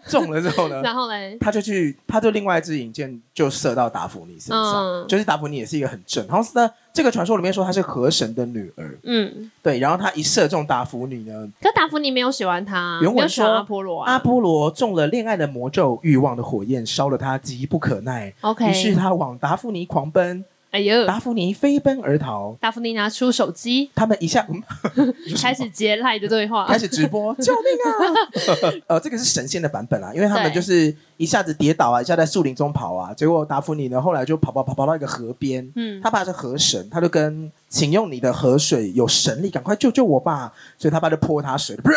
中了之 后呢，然后嘞，他就去，他就另外一支银箭就射到达芙妮身上，嗯就是达芙妮也是一个很正，然后呢，这个传说里面说她是河神的女儿，嗯，对，然后他一射中达芙妮呢，可达芙妮没有喜欢他，原文没有喜欢说阿波罗啊阿波罗中了恋爱的魔咒，欲望的火焰烧了他，急不可耐， ，OK，于是他往达芙妮狂奔，哎呦，达芙妮飞奔而逃，达芙妮拿出手机他们一下、嗯、有什么开始接赖的对话，开始直播，救命啊！ 呃，这个是神仙的版本啊，因为他们对就是一下子跌倒啊，一下在树林中跑啊，结果达芙妮呢后来就跑跑跑跑到一个河边，嗯他爸是河神，他就跟请用你的河水有神力，赶快救救我吧！所以他爸就泼他水，啪，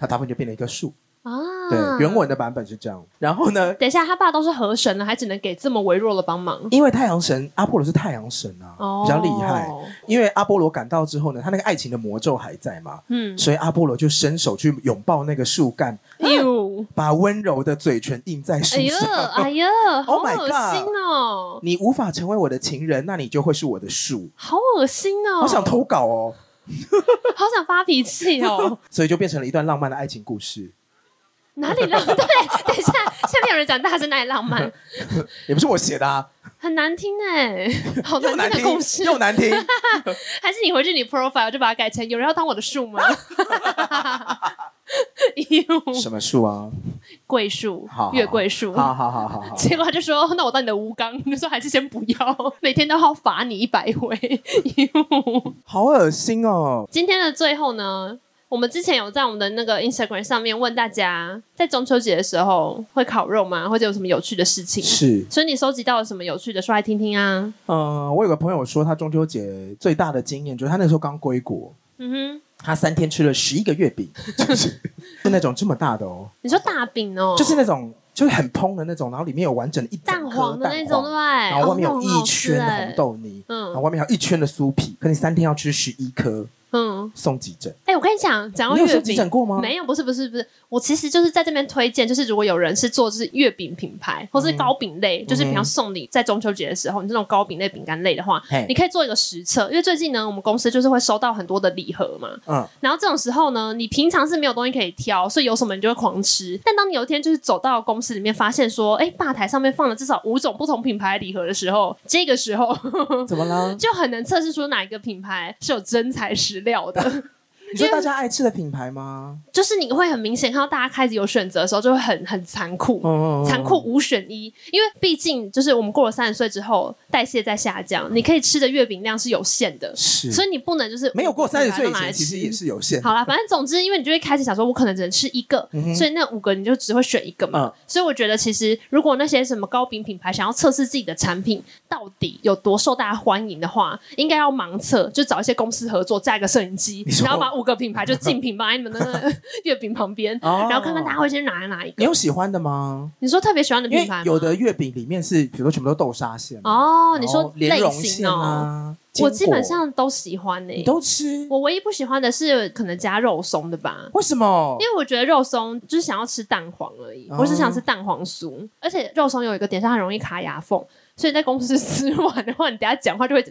他达芙妮就变成一棵树。啊，对，原文。的版本是这样。然后呢，等一下，他爸都是河神了，还只能给这么微弱的帮忙，因为太阳神阿波罗是太阳神啊，哦，比较厉害。因为阿波罗赶到之后呢，他那个爱情的魔咒还在嘛，嗯，所以阿波罗就伸手去拥抱那个树干，哎呦，把温柔的嘴唇印在树哎呦上。， 哎呦，好 Oh my 恶心哦，你无法成为我的情人，那你就会是我的树。好恶心哦，好想投稿哦，好想发脾气 哦，所以就变成了一段浪漫的爱情故事。哪里浪？对，等一下，下面有人讲大声，哪里浪漫？也不是我写的啊，很难听 哎、好又难难听听的故事。又难听。 还是你回去你 profile 就把它改成有人要当我的树吗？ 哟，什么 树啊？桂树好好，月桂树。好好好好 好。结果他就说：“哦那我当你的吴刚。” 你说还是先不要，每天都要罚你一百回。哟好恶心哦！今天的最后呢，我们之前有在我们的那个 Instagram 上面问大家，在中秋节的时候会烤肉吗？或者有什么有趣的事情？ 是，所以你收集到了什么有趣的，说来听听啊。嗯、我有个朋友说，他中秋节最大的经验就是他那时候刚归国，嗯哼，他三天吃了十一个月饼， 就是是那种这么大的哦，你说大饼哦，就是那种就是很蓬的那种，然后里面有完整的一整蛋颗黄的那蛋种，对黄不对？然后外面有一圈哎哦的那种红豆泥，嗯然后外面还有一圈的酥皮，可你三天要吃十一颗，很好吃欸。嗯，送急诊。哎、我跟你讲，讲到你有月送急饼诊过吗？没有，不是不是不是，我其实就是在这边推荐，就是如果有人是做就是月饼品牌或是嗯糕饼类，就是平嗯常送礼在中秋节的时候，你这种糕饼类、饼干类的话，嘿你可以做一个实测，因为最近呢，我们公司就是会收到很多的礼盒嘛，嗯，然后这种时候呢，你平常是没有东西可以挑，所以有什么你就会狂吃。但当你有一天就是走到公司里面，发现说，哎，吧台上面放了至少五种不同品牌的礼盒的时候，这个时候 怎么啦？就很难测试出哪一个品牌是有真材实料的。你说大家爱吃的品牌吗？就是你会很明显看到大家开始有选择的时候，就会很很残酷。嗯，残酷五选一，因为毕竟就是我们过了三十岁之后，代谢在下降，你可以吃的月饼量是有限的，是，所以你不能就是没有过三十岁以拿来前，其实吃也是有 限。好啦，反正总之，因为你就会开始想说，我可能只能吃一个，嗯哼所以那五个你就只会选一个嘛。嗯所以我觉得，其实如果那些什么糕饼品牌想要测试自己的产品到底有多受大家欢迎的话，应该要盲测，就找一些公司合作，架一个摄影机你，说然后把五个品牌就竞品放在你们的 那个月饼旁边，哦然后看看大家会先拿哪一个。你有喜欢的吗？你说特别喜欢的因品为牌吗？有的月饼里面是，比如说全部都豆沙馅嘛，哦，你然后说莲类蓉型馅哦，啊，我基坚本果上都喜欢呢、你都吃，我唯一不喜欢的是可能加肉松的吧，为什么因？为我觉得肉松就是想要吃蛋黄而已，哦我只想吃蛋黄酥，而且肉松有一个点是它很容易卡牙缝，所以你在公司 吃完的话，你等一下讲话就会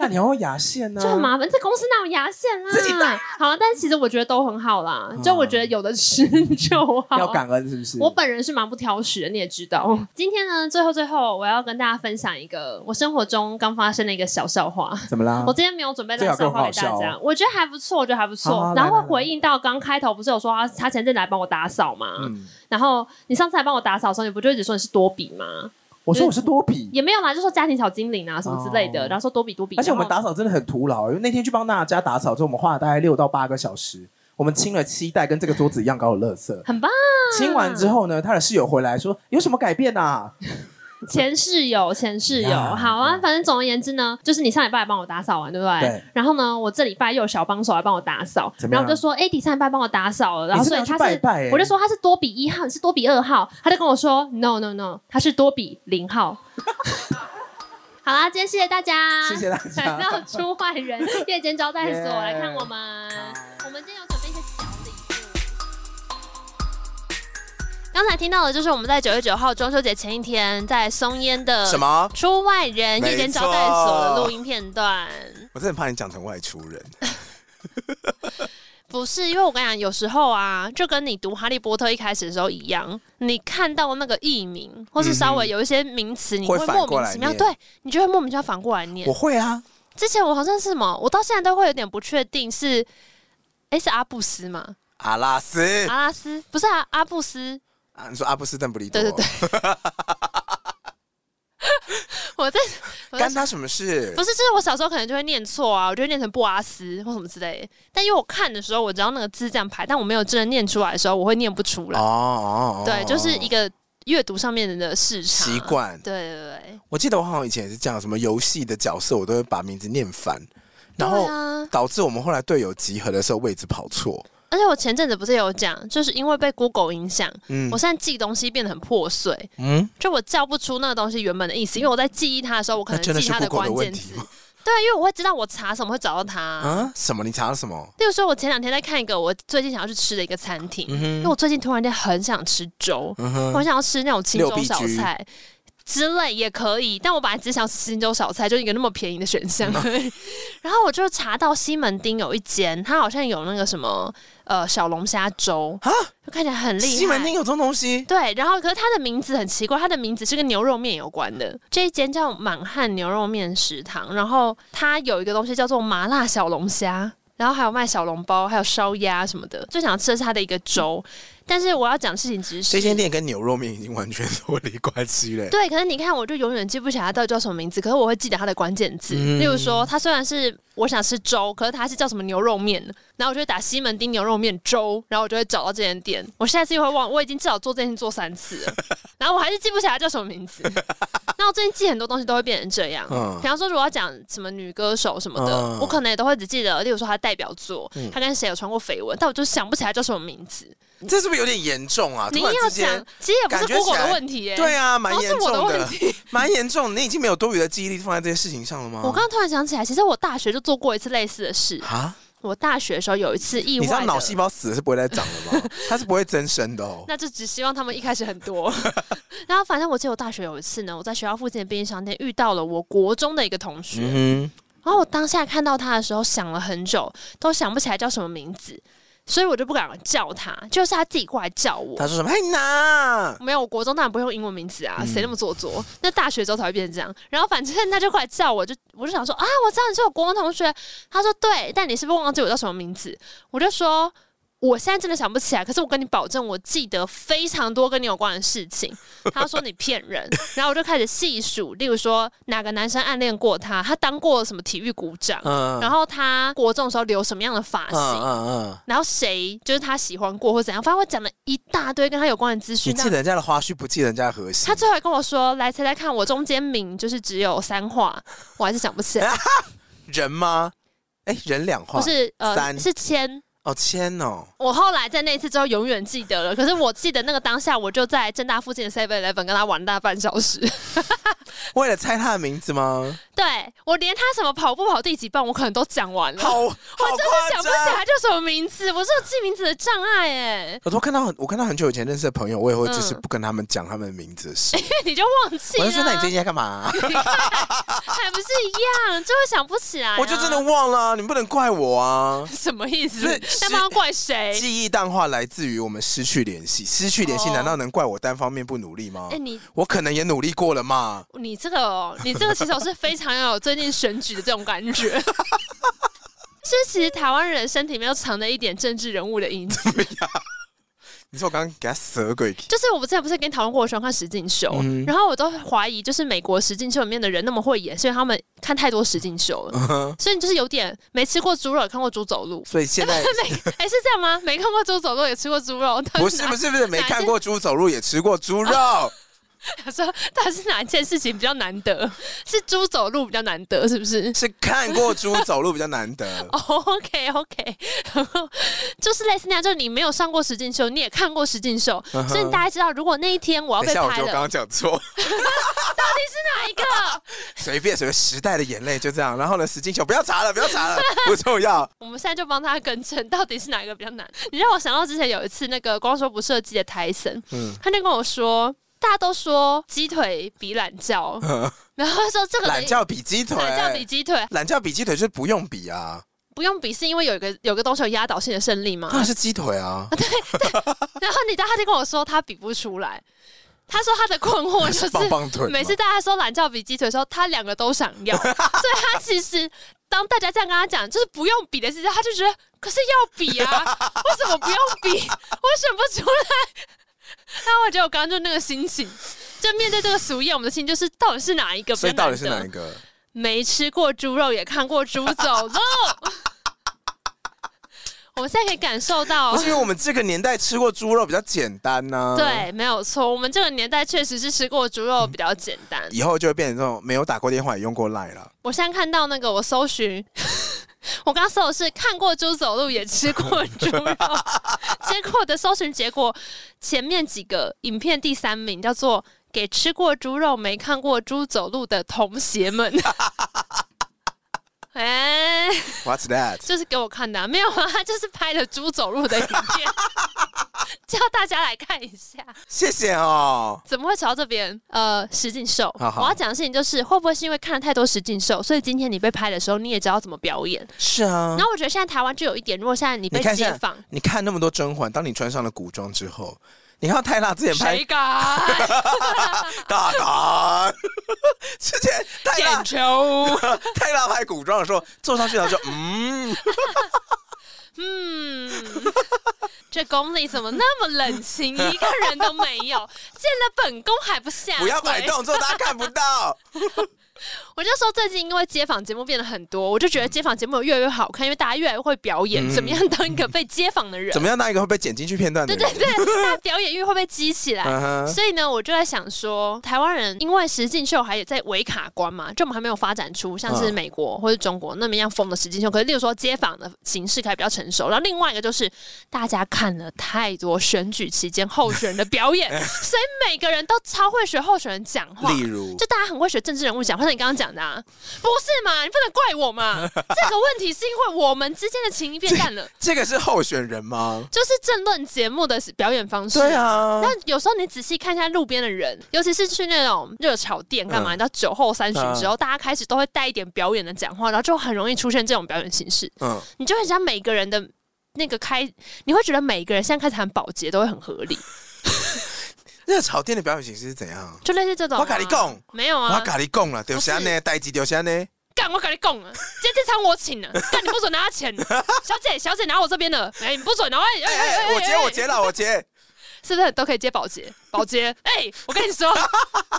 那你要牙线呢、啊就很麻烦。在公司哪有牙线啦？嗯自己带好了，但其实我觉得都很好啦，就我觉得有的吃 就好。要感恩是不是？我本人是蛮不挑食的，你也知道。今天呢，最后最后，我要跟大家分享一个我生活中刚发生的一个小笑话。怎么啦我？今天没有准备嗯这到个笑话给更大好家，笑哦我觉得还不错，我觉得还不错。好好来然后来来会回应到刚开头不是有说他他前阵子来帮我打扫嘛？嗯，然后你上次来帮我打扫的时候，你不就一直说你是多比吗？我说我是多比，也没有啦，就说家庭小精灵啊什么之类的，哦然后说多比多比。而且我们然后打扫真的很徒劳，因为那天去帮娜娜家打扫之后，我们花了大概六到八个小时，我们清了七袋跟这个桌子一样高的垃圾。很棒。清完之后呢，她的室友回来说有什么改变啊？前室友，前室友，呀好啊，呀反正总而言之呢，就是你上礼拜也帮我打扫完，对不对？对然后呢，我这礼拜又有小帮手来帮我打扫，怎么然样后我就说，哎、你上礼拜帮我打扫了，然后你所真以的他要是，去拜拜欸我就说他是多比一号，你是多比二号，他就跟我说，no no no，他是多比零号。 好啦，今天谢谢大 家，谢谢大来到家。出外人夜间招待所 Yeah 来看我们。我们今天有准备一些小礼物。刚才听到的就是我们在九月九号中秋节前一天在松烟的什么？出外人没夜间招待所的错录音片段。我真的很怕你讲成外出人。不是，因为我跟你讲，有时候啊，就跟你读《哈利波特》一开始的时候一样，你看到那个译名，或是稍微有一些名词，你嗯会反莫过名来其妙，念对你就会莫名其妙反过来念我。会啊，之前我好像是什么，我到现在都会有点不确定是，诶是阿布斯 吗？阿拉斯阿拉斯不是啊，阿布斯。啊，你说阿布斯邓布利多，对对对，我在我在干他什么事不？是，就是我小时候可能就会念错啊，我就会念成布阿斯或什么之类的。但因为我看的时候，我知道那个字这样排，但我没有真的念出来的时候，我会念不出哦来。哦，哦对，就是一个阅读上面的市场啊习。惯。对对对，我记得我好像以前也是这样，什么游戏的角色我都会把名字念反，然后对啊导致我们后来队友集合的时候位置跑错。而且我前阵子不是有讲，就是因为被 Google 影响，嗯我现在记东西变得很破碎。嗯，就我叫不出那个东西原本的意思，因为我在记忆它的时候，我可能那真的记是它 Google 的关键问题词吗。对，因为我会知道我查什么会找到它。啊，什么？你查了什么？例如说，我前两天在看一个我最近想要去吃的一个餐厅，嗯因为哼，我最近突然间很想吃粥，嗯我哼，想要吃那种青州六必小居菜。之类也可以，但我本来只想吃青州小菜，就一个那么便宜的选项。嗯 然后我就查到西门町有一间，它好像有那个什么呃小龙虾粥，就看起来很厉害。西门町有这种东西？对，然后可是它的名字很奇怪，它的名字是跟牛肉面有关的。这一间叫满汉牛肉面食堂，然后它有一个东西叫做麻辣小龙虾，然后还有卖小笼包，还有烧鸭什么的。最想吃的是它的一个粥，但是我要讲的事情只是这间店跟牛肉面已经完全脱离关系了。对，可是你看，我就永远记不起来它到底叫什么名字，可是我会记得它的关键字。嗯例如说，它虽然是我想吃粥，可是它是叫什么牛肉面，然后我就会打西门町牛肉面粥，然后我就会找到这间店。我下次又会忘，我已经至少做这件事做三次 了，然后我还是记不起来它叫什么名字。那我最近记很多东西都会变成这样，嗯比方说如果要讲什么女歌手什么的，嗯我可能也都会只记得，例如说她代表作，她跟谁有传过绯闻，但我就想不起来叫什么名字。这是不是有点严重啊？你突硬然要之讲间，，其实也不是感觉起 Google 的来问题耶、对啊，然蛮后严是我的重问的，题。蛮严重的。你已经没有多余的记忆力放在这些事情上了吗？我刚刚突然想起来，其实我大学就做过一次类似的事。啊，我大学的时候有一次意你知道外脑细的，胞死了是不会再长 了吗？它是不会增生的哦。那就只希望他们一开始很多。 然后反正我记得我大学有一次呢，我在学校附近的便利商店遇到了我国中的一个同学，嗯然后我当下看到他的时候想了很久，都想不起来叫什么名字，所以我就不敢叫他，就是他自己过来叫我哼，。他说什么？嘿娜，没有，我国中当然不会用英文名字啊，谁嗯那么做作？那大学之后才会变成这样。然后反正他就过来叫我，就我就想说啊，我知道你是我国中同学。他说对，但你是不是忘记我叫什么名字？我就说我现在真的想不起来，可是我跟你保证，我记得非常多跟你有关的事情。他说你骗 人，然后我就开始细数，例如说哪个男生暗恋过他，他当过什么体育股长，嗯然后他国中的时候留什么样的发型。嗯嗯嗯，然后谁就是他喜欢过或怎样，反正我讲了一大堆跟他有关的资你讯，记得人家的花絮，不记得人家的核心他。最后还跟我说：“来猜猜看，我中间名就是只有三画，我还是想不起来， 人吗？哎，人两话不是呃三是千。哦，千哦，我后来在那一次之后永远记 得了，可是我记得那个当下，我就在正大附近的 Seven Eleven 跟他玩了大半小时，为了猜他的名字吗？对我连他什么跑步跑第几棒，我可能都讲完了。 好，我我真真的想不啊起来。叫什么名字，我是有记名字的障碍哎，我都看到很，我看到很久以前认识的朋友，我也会就是嗯啊不跟他们讲他们的名字 的事。你就忘记我了就啊，说：“那你最近在干嘛、 还不是一样，就会想不起来啊。 我就真的忘了啊、你不能怪我啊。什么意思不是？那不然怪谁？记忆淡化来自于我们失去联系，失去联系哎哦难道能怪我单方面不努力吗？哎，你我可能也努力过了嘛。你这个哦，你这个骑手是非常有最近选举的这种感觉。 是，其实台湾人身体里面又藏着一点政治人物的影子。 你说我刚刚给他蛇鬼气，就是我之前不是跟你讨论过，我喜欢看实境秀，嗯然后我都怀疑，就是美国实境秀里面的人那么会演，所以他们看太多实境秀 了，嗯所以你就是有点没吃过猪肉，也看过猪走路。所以现 在没，哎、是这样吗？没看过猪走路，也吃过猪肉，到不底是哪哦不是不是没看过猪走路，也吃过猪肉。他说到底是哪一件事情比较难得？ 是猪走路比较难得，是不是？。是看过猪走路比较难得 哦、o k OK，就是类似那样，就是你没有上过实境秀，你也看过实境秀嗯哼所以你大概知道，如果那一天我要等一哦被下，我拍觉得我刚了，刚 讲错，哪一个？ 随便随便，时代的眼泪就这样。然后呢，石金球不要查了，不 要查了，不重要。我们现在就帮他更正，到底是哪一个比较难？你让我想到之前有一次那个光说不设计的台神，嗯他就跟我说，大家都说鸡腿比懒觉， 然后他说这个嗯懒觉比鸡腿，懒觉比鸡腿懒觉比鸡腿就是不用比啊，不用比，是因为有一个有个东西有压倒性的胜利 嘛当。然是鸡 腿啊。然后你知道他就跟我说他比不出来，他说他的困 惑就是棒棒腿嘛每次大家说懒觉比鸡腿的时候，他两个都想 要，所以他其实当大家这样跟他讲，就是不用比的时候，他就觉得可是要比 啊，为什么不用比？我选不出来。那我觉得我刚刚就那个心情，就面对这个俗谚，我们的心就是到底是哪一个比较所以难得？到底是哪一个？ 没吃过猪肉，也看过猪 走路。我们现在可以感受到不是，因为我们这个年代吃过猪肉比较简单呢、。对，没有错。我们这个年代确实是吃过猪肉比较简单。以后就会变成这种没有打过电话也用过 line 了。我现在看到那个，我搜寻， 我刚搜的是看过猪走路，也吃过猪肉。结果的搜寻结果，前面几个影片第三名叫做“给吃过猪肉没看过猪走路的同学们”哎、 What's that？就是给我看的、啊，没有啊，他就是拍了猪走路的影片，叫大家来看一下。谢谢哦。怎么会扯到这边？呃，实境秀，好好我要讲的事情就是，会不会是因为看了太多实境秀，所以今天你被拍的时候，你也知道怎么表演？是啊然。后我觉得现在台湾就有一点，如果现在你被你看街现在访，，你看那么多甄嬛，当你穿上了古装之后，你看到泰拉之前拍谁敢大 胆，之前泰拉捡球？泰拉拍古装的时候，坐上去然后就 嗯，嗯，这宫里怎么那么冷清，一个人都没有？见了本宫还不下？不要摆。动作，大家看不到。我就说最近因为街访节目变得很多，我就觉得街访节目越来越好看，因为大家越来越会表演，嗯怎么样当一个被街访的人？怎么样？那一个会被剪进去片段的对人对，对，大家表演欲会被激起来。嗯哼，所以呢，我就在想说，台湾人因为实境秀还在围卡关嘛，就我们还没有发展出像是嗯美国或者中国那么样疯的实境秀。可是，例如说街访的形式开始比较成熟，然后另外一个就是大家看了太多选举期间候选人的表 演，所以每个人都超会学候选人讲话。例如就大家很会学政治人物讲话，像你刚刚讲的、啊，不是嘛？你不能怪我 嘛。这个问题是因为我们之间的情谊变淡了， 这个是候选人吗？就是政论节目的表演方式。对啊，但有时候你仔细看一下路边的人，尤其是去那种热炒店干嘛，嗯你到酒后三巡之后，大家开始都会带一点表演的讲话，然后就很容易出现这种表演形式。嗯，你就很像每个人的那个开，你会觉得每个人现在开始喊保洁都会很合理，热炒店的表演形式是怎样？就类似这种、啊。我跟你讲没有我啊，跟你讲了，丢下呢，代志丢下呢。干我跟你讲啊，今天这餐我请了，干你不准拿 钱，小姐小姐拿我这边的，哎、你不准拿，哎哎哎哎哎哎，我哎结我结了，我结。是不是都可以接保洁？保洁，哎、我跟你 说，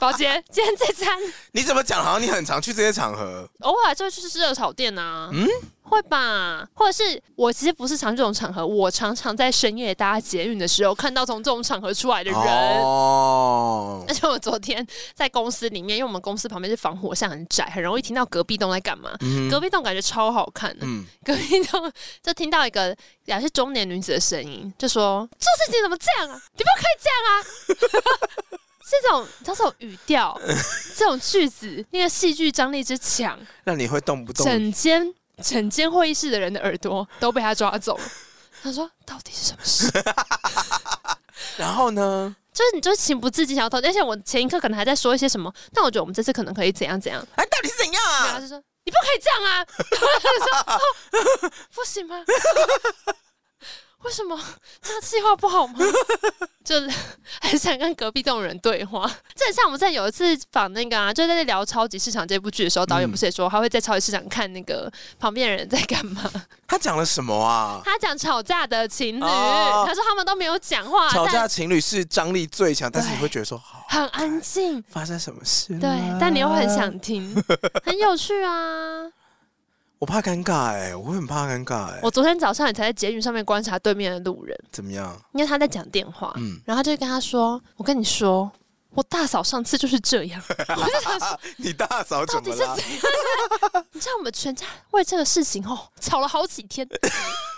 保洁，今天这餐你怎么讲？好像你很常去这些场合。偶尔就去吃热炒店啊，嗯会吧？或者是我其实不是常这种场合，我常常在深夜搭捷运的时候看到从这种场合出来的人。哦而，且我昨天在公司里面，因为我们公司旁边是防火巷很窄，很容易听到隔壁栋在干嘛。嗯隔壁栋感觉超好看的，嗯，隔壁栋就听到一个也是中年女子的声音，就说：“做事情怎么这样啊？你不可以这样啊！” 这种这种语 调，这种句子，那个戏剧张力之强，让你会动不动整间整间会议室的人的耳朵 都被他抓走了。他说：“到底是什么事？” 然后呢？就是你就情不自禁想要偷，而且我前一刻可能还在说一些什么，但我觉得我们这次可能可以怎样怎样。哎，到底是怎样然后他啊？就说：“你不可以这样啊！” 然后他就说、哦：“不行吗？ 为什么这个计划不好吗？” 就是很想跟隔壁这种人对话。这很像我们在有一次访那个啊，就在聊《超级市场》这部剧的时候，导演不是也说他会在超级市场看那个旁边的人在干嘛？他讲了什么啊？他讲吵架的情侣，哦他说他们都没有讲话，吵但架情侣是张力最强，但是你对会觉得说，好，很安静。发生什么事了？对，但你又很想 听，很有趣啊！我怕尴尬哎、我会很怕尴尬哎、我昨天早上也才在捷运上面观察对面的路人，怎么样？ 因为他在讲电话，嗯然后就跟他说：“我跟你说，我大嫂上次就是这 样。”我就想说，你大嫂到怎底么是怎了样？？你知道我们全家为这个事情哦吵了好几天。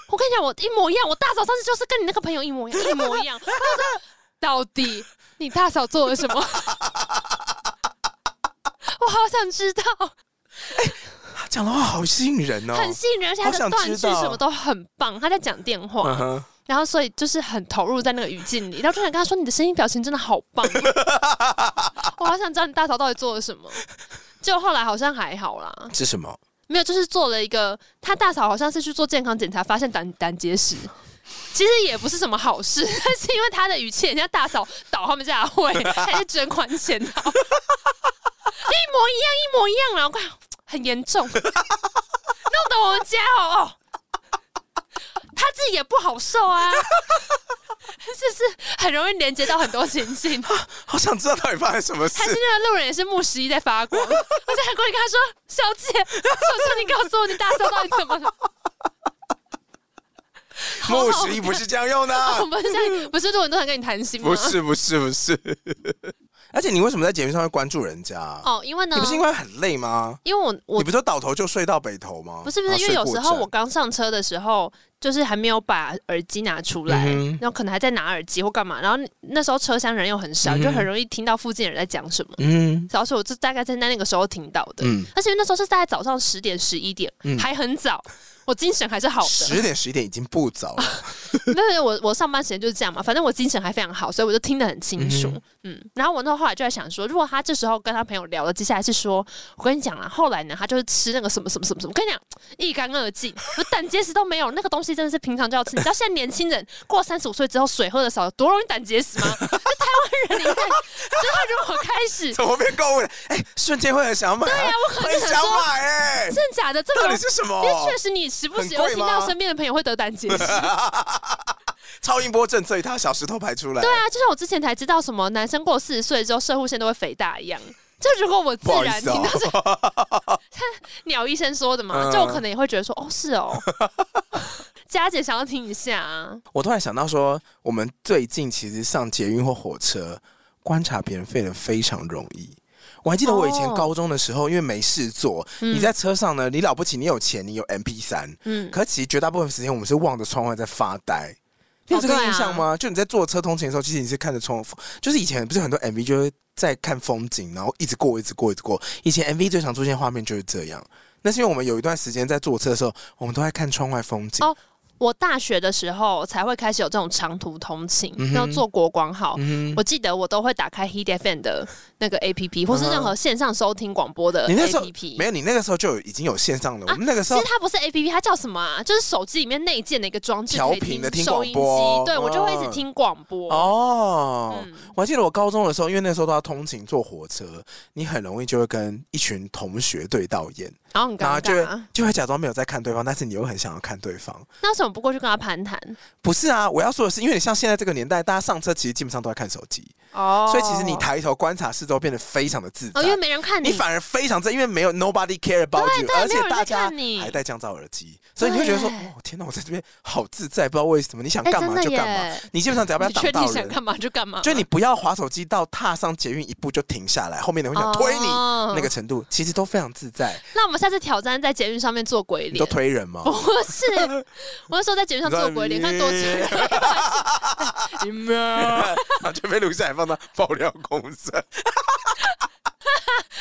我跟你讲，我一模一样，我大嫂上次就是跟你那个朋友一模一样，一模一样。我就说，到底你大嫂做了什么？我好想知道，哦他讲的话好吸引人哦。很吸引人，而且他好的想断知句道什么都很棒。他在讲电话，嗯哼，然后所以就是很投入在那个语境里，然后就想跟他说：“你的声音表情真的好 棒，我好想知道你大嫂到底做了什么。”就后来好像还好啦，是什么？没有，就是做了一个他大嫂好像是去做健康检查，发现胆胆结石，其实也不是什么好事， 但是因为他的语气，人家大嫂倒他们家的会，还是捐款潜逃，一模一样，一模一样啦，我看很严重，弄得我们家哦哦。他自己也不好受啊， 就是很容易连接到很多情境。好想知道到底发生什么事还。是那个路人也是牧师一在发 光，我在很过去跟他说：“小姐，求求你告诉我，你大嫂到底怎 么了好牧好师一不是这样用的、？”啊我们像不是路人都想跟你谈心吗？不是，不是，不是。 而且你为什么在节目上会关注人家？哦，因为呢啊你不，是因为很累吗？因为我你我不是说倒头就睡到北头吗？不是不然是，后因为有时候睡过我站刚上车的时候，就是还没有把耳机拿出来，嗯哼然后可能还在拿耳机或干嘛，然后那时候车厢人又很少，嗯哼就很容易听到附近的人在讲什么。嗯然后所以我就大概在那个时候听到的，嗯，而且那时候是大概早上十点十一点，嗯还很早，我精神还是好的。十点十一点已经不早了。没有，没有我我上班时间就是这样嘛，反正我精神还非常好，所以我就听得很清楚。嗯然后我那后来就在想说，如果他这时候跟他朋友聊了，接下来是说，我跟你讲啦，后来呢，他就是吃那个什么什么什么什么，我跟你讲一干二净，我胆结石都没有，那个东西真的是平常就要吃。你知道现在年轻人过三十五岁之后，水喝的少，有多容易胆结 石吗？就台湾人里面，就是他如果开始， 怎么变购物了？哎，瞬间会很想买、啊，对呀、我可能很想想说买哎、真的假的？这么到底是什么因为？确实你时不时很贵会听到吗身边的朋友会得胆结石。超音波震碎他，小石头排出来。对啊，就像我之前才知道什么男生过四十岁之后射护线都会肥大一样。就如果我自不好意然思听哦到这、鸟医生说的嘛，嗯就我可能也会觉得说，哦，是哦。 佳姐想要听一下啊，我突然想到说，我们最近其实上捷运或火车观察别人废的非常容易。我还记得我以前哦高中的时候，因为没事做，嗯你在车上呢，你了不起，你有钱，你有 MP 三，嗯，可其实绝大部分时间我们是望着窗外在发呆。你有这个哦对啊印象吗？就你在坐车通勤的时候，其实你是看着窗，就是以前不是很多 MV 就是在看风景，然后一直过，一直过，一直过。以前 MV 最常出现画面就是这样。那是因为我们有一段时间在坐车的时候，我们都在看窗外风景。哦我大学的时候才会开始有这种长途通勤，嗯哼要坐国光号。嗯我记得我都会打开 Hit FM 的那个 APP，或是任何线上收听广播的你那时候 APP。没有，你那个时候就有已经有线上了。我们那个时其候实它不是 A P P，它叫什么啊？就是手机里面内建的一个装置，调可以频的听收音广播机。对，我就会一直嗯听广播。哦，嗯我还记得我高中的时候，因为那时候都要通勤坐火车，你很容易就会跟一群同学对到眼，然后很然后尴就尬会。就会假装没有在看对方，但是你又很想要看对方。那为什么不过去跟他攀谈？不是啊，我要说的是，因为你像现在这个年代，大家上车其实基本上都在看手机，哦所以其实你抬头观察四周变得非常的自在。哦，因为没人看你你，反而非常在，因为没有 nobody care about you，对而且没有人在大家看你还戴降噪耳机，所以你会觉得说，对哦，天哪，我在这边好自在，不知道为什么，你想哎，干真嘛的就干嘛。耶！你基本上只要不要你挡确定到想人，干嘛就干嘛，就你不要滑手机到踏上捷运一步就停下来，后面的人会想推你、哦那个。程度，其实都非常自在。那我们下次挑战在捷运上面做鬼你脸都。 推人吗？不是， 我是说在捷运上做鬼脸，看多奇怪。你喵，后就被录下来放到爆料公社。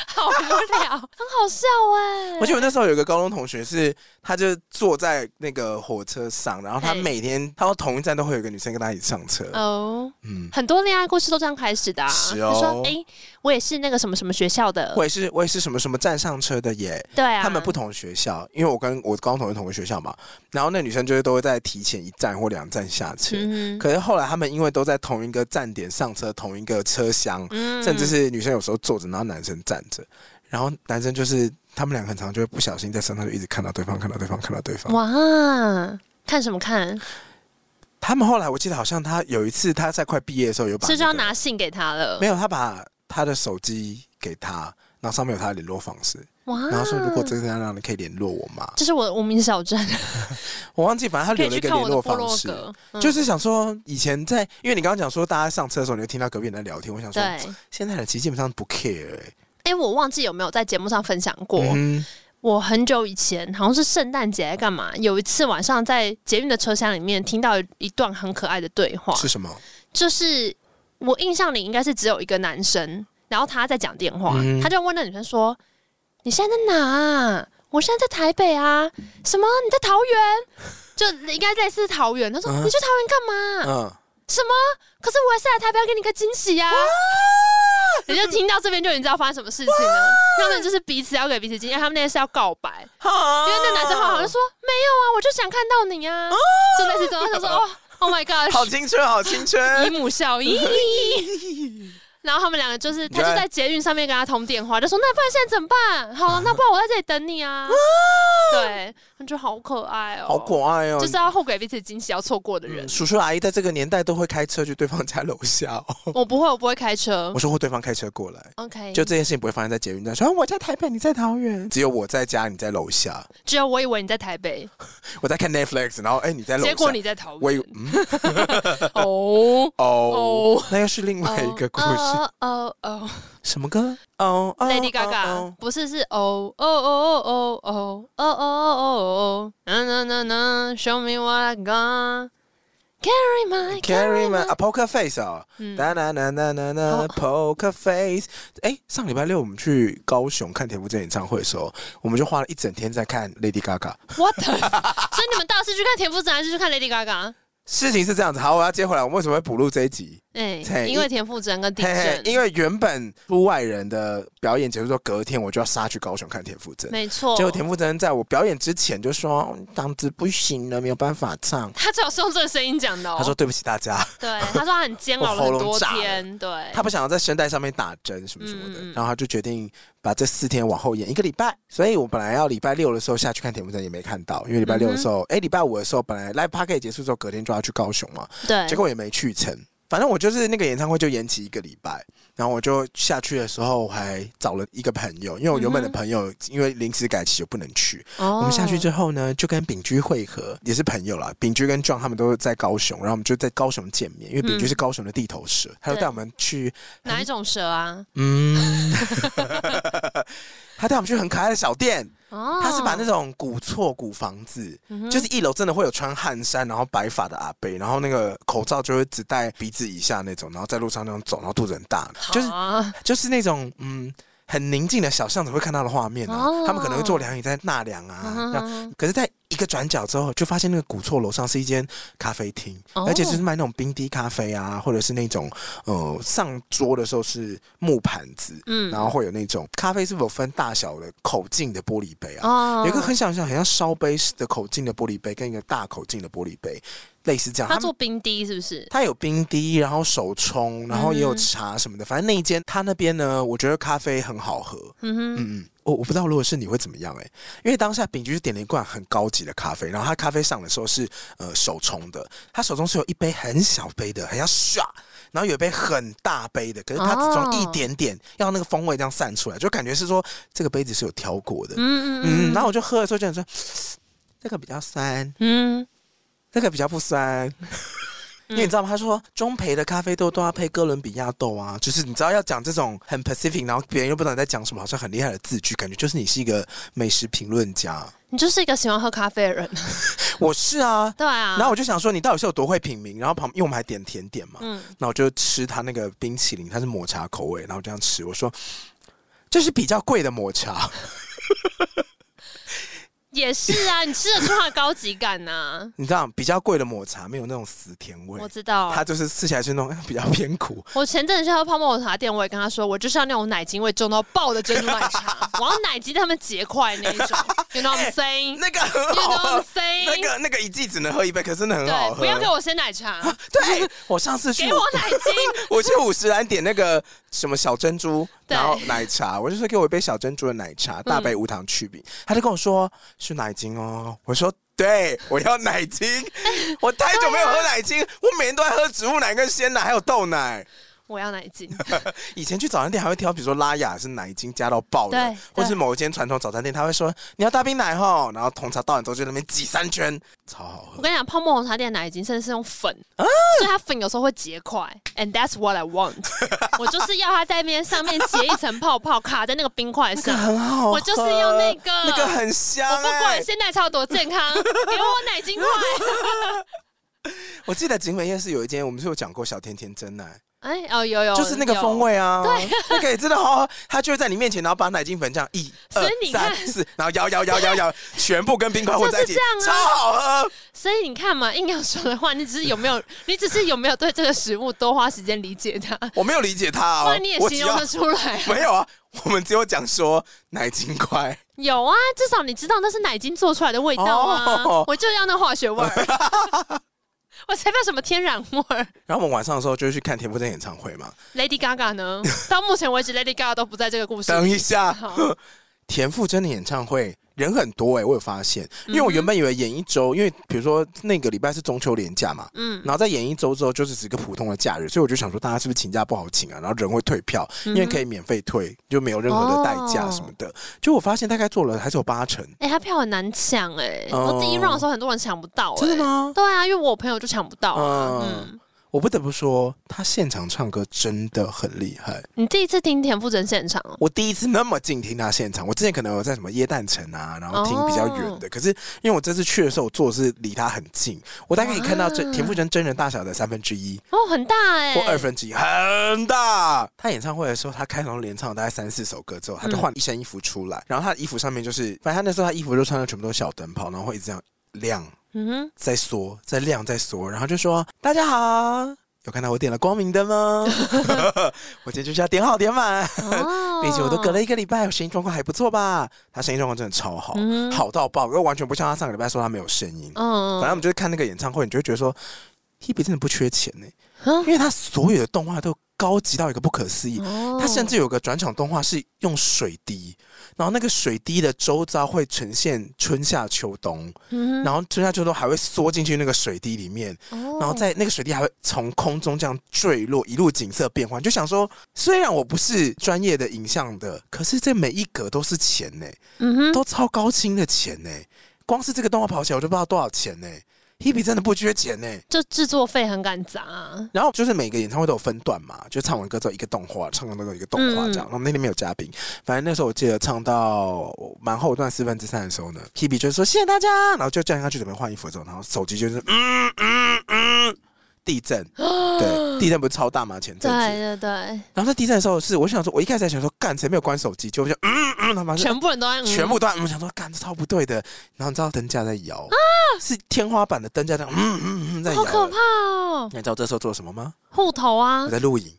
好无聊，很好笑哎、欸而且我那时候有一个高中同学是，他就坐在那个火车上，然后他嘿每天他到同一站都会有一个女生跟他一起上车。哦，嗯，很多恋爱故事都这样开始的、啊。是就哦说哎、我也是那个什么什么学校的，我也是我也是什么什么站上车的耶。对啊，他们不同学校，因为我跟我高中同学同个学校嘛，然后那女生就是都会在提前一站或两站下车。嗯哼，可是后来他们因为都在同一个站点上车，同一个车厢，嗯甚至是女生有时候坐着，然后男生站着，然后男生就是他们两个很常就会不小心在身上就一直看到对方，看到对方，看到对方。哇，看什么看？他们后来我记得好像他有一次他在快毕业的时候有把、是那不是要个拿信给他了？没有他把他的手机给他，然后上面有他的联络方式，哇，然后说如果真的要让你可以联络我嘛，这是我的无名小站，我忘记反正他可留以了去一个看联我的络部方落式。格，嗯就是想说，以前在，因为你刚刚讲说大家上车的时候，你就听到隔壁人在聊天。我想说对，。哎、现在的其实基本上不 care 欸、我忘记有没有在节目上分享过。嗯我很久以前好像是圣诞节还干嘛，有一次晚上在捷运的车厢里面听到一段很可爱的对话哼，，是什么？就是我印象里应该是只有一个男生，然后他在讲电话，嗯他就问那女生说：“你现在在哪啊？”我现在在台北啊，什么？你在桃园？就应该类似桃园。他说：“嗯你去桃园干嘛？”嗯，什么？可是我也是来台北要给你个惊喜呀、 你就听到这边就已经知道发生什么事情了。他们就是彼此要给彼此惊喜，因为他们那个是要告白，因因为那男生好像说没有啊，我就想看到你啊，就类似这种。他说哦，Oh my god，好青春，好青姨 春，母效应。 然后他们两个就是，他就在捷运上面跟他通电话，就说：“那不然现在怎么办？ 好，那不然我在这里等你啊。”对，那就好可爱哦，好可爱哦、就是要互给彼此惊喜，要错过的人嗯。叔叔阿姨在这个年代都会开车去对方家楼下、哦。我不会，我不会开车我。说或对方开车过来， OK，就这件事情不会发生在捷运站。说、啊、我在台北，你在桃园，只有我在家，你在楼下。只有我以为你在台北，我在看 Netflix，然后哎、你在楼下。结果你在桃我以园为。嗯哦哦 哦，那又是另外一个故事。哦哦哦什么歌？哦哦，Lady 哦 Gaga 哦不是是哦哦哦哦哦哦哦哦哦，na na na na，show me what I got，carry my Carry my 啊，Poker Face 啊、哦，嗯哒啦啦啦啦啦哦，Poker Face。哎，上礼拜六我们去高雄看田馥甄演唱会的时候，我们就花了一整天在看 Lady Gaga。 ，what？the- 所以你们到底是去看田馥甄还是去看 Lady Gaga？事情是这样子，好，我要接回来，我们为什么会补录这一集？哎，嘿因为田馥甄跟地嘿嘿震，，因为原本出外人的表演结束之后，隔天我就要杀去高雄看田馥甄。没错结，果田馥甄在我表演之前就说嗯嗓子不行了，没有办法唱。他最好是用这个声音讲的哦。他说对不起大家，对，他说他很煎熬了我喉很咙多炸了天，对，他不想要在声带上面打针什么什么的，嗯嗯嗯然后他就决定把这四天往后延一个礼拜。所以我本来要礼拜六的时候下去看田馥甄，也没看到，因为礼拜六的嗯时候，哎、礼拜五的时候本来 live p a r k 结束之后，隔天就要去高雄嘛，对，结果也没去成。反正我就是那个演唱会就延期一个礼拜，然后我就下去的时候我还找了一个朋友，因为我原本的嗯哼朋友因为临时改期就不能去，我我们下去之后呢，就跟炳居会合，也是朋友啦。炳居跟 John 他们都在高雄，然后我们就在高雄见面，因为炳居嗯是高雄的地头蛇，他就带我们去，哪一种蛇啊？嗯， 他带我们去很可爱的小店，哦，他是把那种古厝古房子，嗯就是一楼真的会有穿汗衫然后白发的阿伯，然后那个口罩就会只戴鼻子以下那种，然后在路上那种走，然后肚子很大，就是啊就是那种嗯。很宁静的小巷子会看到的画面啊，哦他们可能会坐凉椅在纳凉啊，这样嗯可是，在一个转角之后，就发现那个古厝楼上是一间咖啡厅，哦而且就是卖那种冰滴咖啡啊，或者是那种呃上桌的时候是木盘子，嗯然后会有那种咖啡是否分大小的口径的玻璃杯啊，哦有一个很小很小很像烧杯的口径的玻璃杯，跟一个大口径的玻璃杯，类似这样。他们做冰滴是不是？它有冰滴，然后手冲，然后也有茶什么的。反正那一间，它那边呢，我觉得咖啡很好喝。嗯哼，嗯嗯，我我不知道如果是你会怎么样哎、因为当下饼就是点了一罐很高级的咖啡，然后它咖啡上的时候是呃手冲的，它手中是有一杯很小杯的，很像唰，然后有一杯很大杯的，可是它只装一点点，要那个风味这样散出来，就感觉是说这个杯子是有挑过的。嗯嗯嗯嗯，然后我就喝的时候就想 说，这个比较酸，嗯，这个比较不酸，因为你知道吗？他说中培的咖啡豆都要配哥伦比亚豆啊，就是你知道要讲这种很 Pacific，然后别人又不知道你在讲什么，好像很厉害的字句，感觉就是你是一个美食评论家。你就是一个喜欢喝咖啡的人，我是啊， 对啊。然后我就想说你到底是有多会品名？然后旁因为我们还点甜点嘛，嗯，那我就吃它那个冰淇淋，它是抹茶口味，然后我这样吃，我说这是比较贵的抹茶， 也是啊，你吃得出它的高级感 呐、你知道比较贵的抹茶没有那种死甜味我，知道，它就是吃起来是那种 比较偏苦。我前阵子去喝泡沫茶店，我也跟他说，我就是要那种奶精味重到爆的珍珠奶茶，我要奶精在他们结块那一种，You know what I'm saying？You 那个很 know 好 what I'm 喝，那 saying？个那个一季只能喝一杯，可是真的很对，好喝。不要给我鲜奶茶，对，我上次去给我奶精。 我去五十兰点那个什么小珍珠，对嗯然后奶茶，我就说给我一杯小珍珠的奶茶，大杯无糖去冰。他就跟我说是奶精哦，我说对，我要奶 精，我太久没有喝奶精，我每天都在喝植物奶跟鲜奶还有豆奶。我要奶精，以前去早餐店还会挑，比如说拉雅是奶精加到爆的对，或是某一间传统早餐店，他会说你要大冰奶吼，然后红茶倒你之后就在那边挤三圈，超好我喝。跟你讲，泡沫红茶店的奶精甚至是用粉，啊所以它粉有时候会结块，and that's what I want 。 我就是要它在面上面结一层泡泡，卡在那个冰块那上个。很好喝，我就是要那个那个很香、我欸。不管鲜奶茶有多健康，给我奶精块。 我记得景美夜市有一间，我们是有讲过小甜甜真奶，哎哦，有有，就是那个有风。味啊，对，那个也真的好好，它就会在你面前，然后把奶精粉这样一、所二以、你看三、四，然后摇摇摇摇摇，全部跟冰块混在一起，就是这超样啊好喝。所以你看嘛，硬要说的话，你只是有没有，你只是有没有对这个食物多花时间理解它，我没有理解它不哦然你，也我只形容要得出来。没有啊，我们只有讲说奶精块，有啊，至少你知道那是奶精做出来的味道啊，哦我就要那化学味儿， 我才不要什么天然味儿。然后我们晚上的时候就去看田馥甄演唱会嘛。 Lady Gaga 呢？到目前为止，Lady Gaga 都不在这个故事里。等一下，好， 田馥甄的演唱会人很多哎、我有发嗯现，因为我原本以为演一周，因为比如说那个礼拜是中秋连假嘛，嗯，然后再演一周之后，就是只是个普通的假日，所以我就想说，大家是不是请假不好请啊？然后人会退票，嗯因为可以免费退，就没有任何的代价什么哦的。就我发现大概做了还是有八成，哎、他票很难抢哎、哦我第一 round 的时候很多人抢不到、哎真的？吗？对啊，因为我朋友就抢不到啊。嗯嗯，我不得不说，他现场唱歌真的很厉害。你第一次听田馥甄现场哦，我第一次那么近听他现场，我之前可能有在什么耶诞城啊，然后听比较远的。可是因为我这次去的时候，我坐的是离他很近，我大概可以看到这哇田馥甄真人大小的三分之一哦很大哎、或二分之一，很大。他演唱会的时候，他开头连唱了大概三四首歌之后，他就换一身衣服出来，然后他的衣服上面就是，反正他那时候他衣服就穿的全部都是小灯泡，然后会一直这样亮嗯 哼，再缩再亮再缩，然后就说大家好。有看到我点了光明灯吗？ 我今天就是要点好点满。哦毕竟我都隔了一个礼拜，我声音状况还不错吧？他声音状况真的超好，嗯好到爆，又完全不像他上个礼拜说他没有声音。嗯 反正我们就是看那个演唱会，你就会觉得说，Hebe 真的不缺钱呢、嗯因为他所有的动画都高级到一个不可思议。哦他甚至有个转场动画是用水滴，然后那个水滴的周遭会呈现春夏秋冬，嗯哦然后春夏秋冬还会缩进去那个水滴里面，哼，然后在那个水滴还会从空中这样坠落，一路景色变换，就想说，虽然我不是专业的影像的，可是这每一格都是钱呢、嗯哼，都超高清的钱呢、光是这个动画跑起来我就不知道多少钱呢、Hebe 真的不缺钱呢、就制作费很敢砸、 啊，然后就是每个演唱会都有分段嘛，就唱完歌之后一个动画，唱完歌之后一个动画这样。嗯然后我们那天没有嘉宾，反正那时候我记得唱到蛮后段四分之三的时候呢，Hebe 就说谢谢大家，然后就叫人家去准备换衣服之后，然后手机就是嗯嗯嗯，地震，对，地震不是超大吗？前阵对子，对对，然后在地震的时候是，我想说，我一开始还想说干谁没有关手机，结果就嗯嗯，他妈全部人都在、嗯、全部都在，我想说干这超不对的，然后你知道灯架在摇， 是天花板的灯架在嗯嗯嗯在摇好的，可怕哦，那你知道我这时候做什么吗？户头啊我在录影。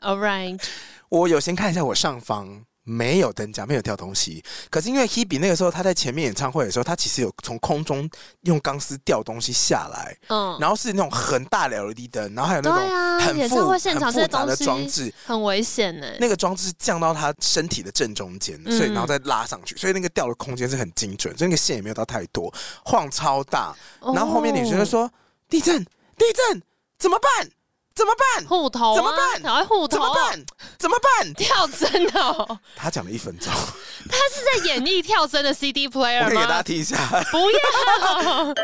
，All right，我有先看一下我上方没有灯架，没有掉东西。可是因为 Hebe 那个时候他在前面演唱会的时候，他其实有从空中用钢丝吊东西下来，嗯，然后是那种很大的 LED 灯，然后还有那对种啊很演复、唱会现很场复这杂东的西装置。很危险呢、那个装置是降到他身体的正中间，所以嗯然后再拉上去，所以那个掉的空间是很精准，所以那个线也没有到太多，晃超大。哦然后后面女生就说：“地震，地震，怎么办？怎么办？户头、啊、怎么办赶快户怎头、么啊，办？怎么办跳针哦，？” 他讲了一分钟。他是在演绎跳针的 CD 我 player 可以给大家吗？听一下。不要，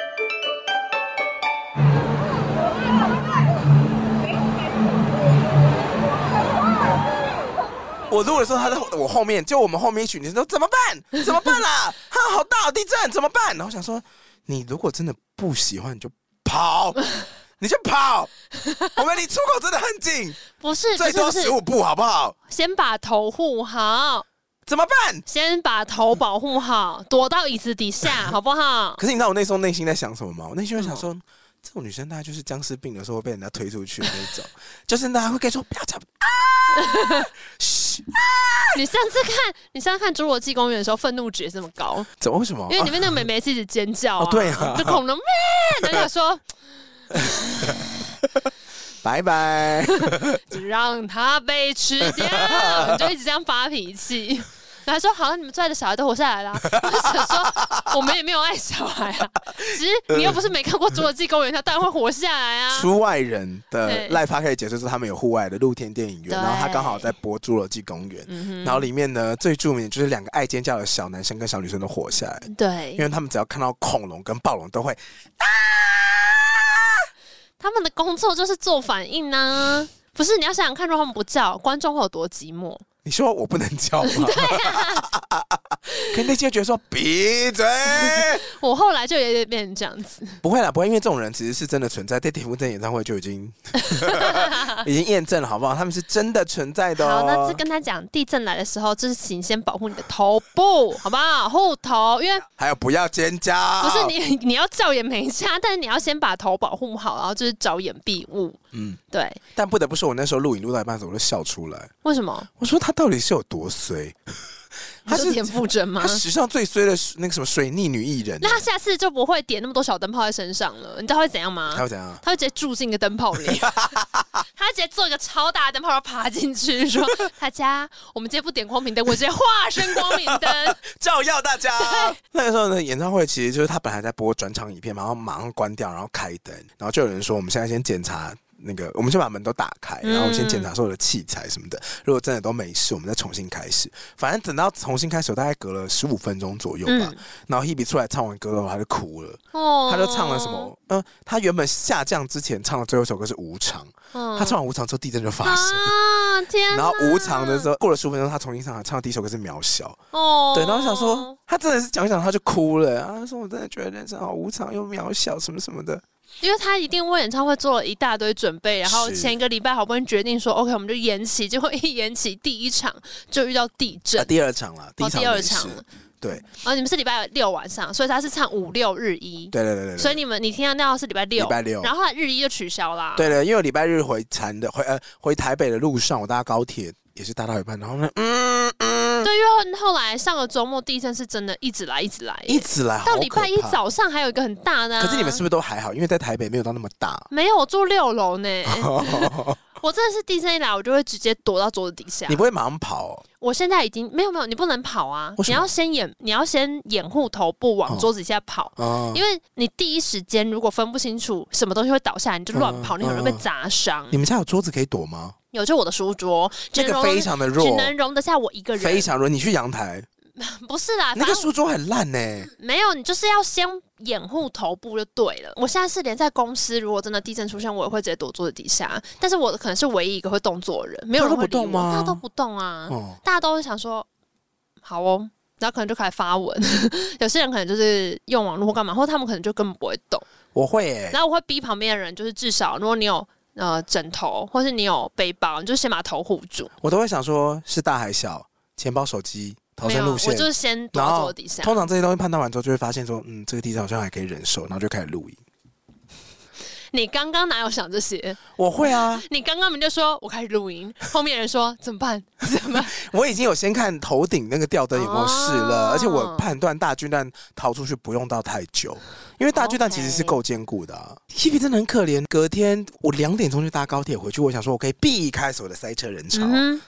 我录的时候，他在我后面，就我们后面一群女生说怎么办？怎么办啦、哈，好大地震，怎么办？然后我想说，你如果真的不喜欢，你就 跑，你就跑。我们离出口真的很近，不是，不最是，不多是十，五步，好不好？先把头护好，怎么办？先把头保护好，躲到椅子底下，好不好？可是你知道我那时候内心在想什么吗？我内心就想说，这种女生大概就是僵尸病的时候会被人家推出去的那种，就是大家会跟你说不要吵啊， 嘘，你上次看，你上次看《侏罗纪公园》的时候，愤怒值也这么高，怎么为什么？因为里面那个妹妹是一直尖叫哦对啊就恐龙妹， 然后就说 拜拜。只让它被吃掉，你就一直这样发脾气。 然后还说好了，你们最爱的小孩都活下来了。我就想说，我们也没有爱小孩啊，只是你又不是没看过《侏罗纪公园》，它当然会活下来啊。出外人的对 live p a r 结束是他们有户外的露天电影院，对嗯然后他刚好在播《侏罗纪公园》然后里面呢最著名的就是两个爱尖叫的小男生跟小女生都活下来，对因，为他们只要看到恐龙跟暴龙都会，他们的工作就是做反应呢、不是，你要想想看，如果他们不叫，观众会有多寂寞？你说我不能 叫吗？啊 可那些觉得说闭嘴， 我后来就有点变成这样子。不会啦，不会，因为这种人其实是真的存在，在电福镇演唱会就已经 已经验证了，好不好？他们是真的存在的、哦。好，那这跟他讲，地震来的时候，就是请先保护你的头部，好不好？护头，因为还有不要尖叫，不是你， 你要叫也没差，但是你要先把头保护好，然后就是找掩蔽物。嗯，对，但不得不说，我那时候录影录到一半的时候，我都笑出来。为什么？我说他到底是有多衰？他你是是田馥甄吗他？史上最衰的那个什么水逆女艺人， 那他下次就不会点那么多小灯泡在身上了，你知道会怎样吗他？会怎样？啊他会直接住进一个灯 泡里，他直接做一个超大的灯泡，然后爬进去 说：“大家，我们今天不点光明灯，我直接化身光明灯。照耀大家。 那个时候呢，演唱会其实就是他本来在播转场影片嘛，然后马上关掉，然后开灯，然后就有人说我们现在先检查。那个，我们先把门都打开，然后我们先检嗯查所有的器材什么的。如果真的都没事，我们再重新开始。反正等到重新开始，大概隔了十五分钟左右吧。嗯然后 Hebe 出来唱完歌的话，他就哭了。”哦 他就唱了什么？嗯、他原本下降之前唱的最后一首歌是《无常》，嗯他唱完《无常》之后，地震就发生。啊！天哪，然后无常的时候，过了十五分钟，他重新上来唱的第一首歌是《渺小》。哦对，然后我想说，，他真的是讲一讲他就哭了，他说我真的觉得人生好无常又渺小什么什么的。因为他一定为演唱会做了一大堆准备，然后是前一个礼拜好不容易决定说 OK，我们就延期，结果一延期第一场就遇到地震啊，，第二场了，第一哦，场、第二场，对啊，你们是礼拜六晚上，所以他是唱五六日一，对对对对，所以以你们你听到那样是礼拜六，礼拜六然后他日一就取消啦，对对，因为我礼拜日回残的回呃回台北的路上，我搭高铁也是搭到一半，然后呢，嗯嗯，对，因为后来上个周末地震是真的一直来一直来，一直来到好礼可拜一怕。早上还有一个很大的、啊，可是你们是不是都还好？因为在台北没有到那么大。没有我住六楼 呢，我真的是地震一来我就会直接躲到桌子底下你。不会马上跑、哦？我现在已经没有没有，你不能跑啊为，什你么要先掩你要先掩护头部往哦桌子底下跑。哦因为你第一时间如果分不清楚什么东西会倒下来，你就乱跑，嗯你很容易被嗯砸伤。你们家有桌子可以躲吗？有就我的书桌，只这能个容非常的只弱，能容得下我一个人，非常弱。你去阳台，不是啦，那反个正书桌很烂呢、没有，你就是要先掩护头部就对了。我现在是连在公司，如果真的地震出现，我也会直接躲桌子底下。但是我可能是唯一一个会动作的人，没有人会理大家都不动吗我，大家都不动啊，哦，大家都想说好哦。然后可能就开始发文， 有些人可能就是用网络或干嘛，或他们可能就根本不会动。我会诶、然后我会逼旁边的人，就是至少如果你有呃枕头，或是你有背包，你就先把头护住。我都会想说是大还小，钱包、手机、逃没生有，路我线。就是先躲然到后桌子底下。通常这些东西判断完之后，就会发现说，嗯，这个地震好像还可以忍受，然后就开始录影。你刚刚哪有想这些？我会 啊，你刚刚明就说我开始录音，后面人说怎么办？ 怎么办？我已经有先看头顶那个吊灯有没有事了，哦而且我判断大巨蛋逃出去不用到太久，因为大巨蛋其实是够坚固的、啊。h p 真的很可怜，隔天我两点钟就搭高铁回去，我想说我可以避开所有的塞车人潮，嗯哼，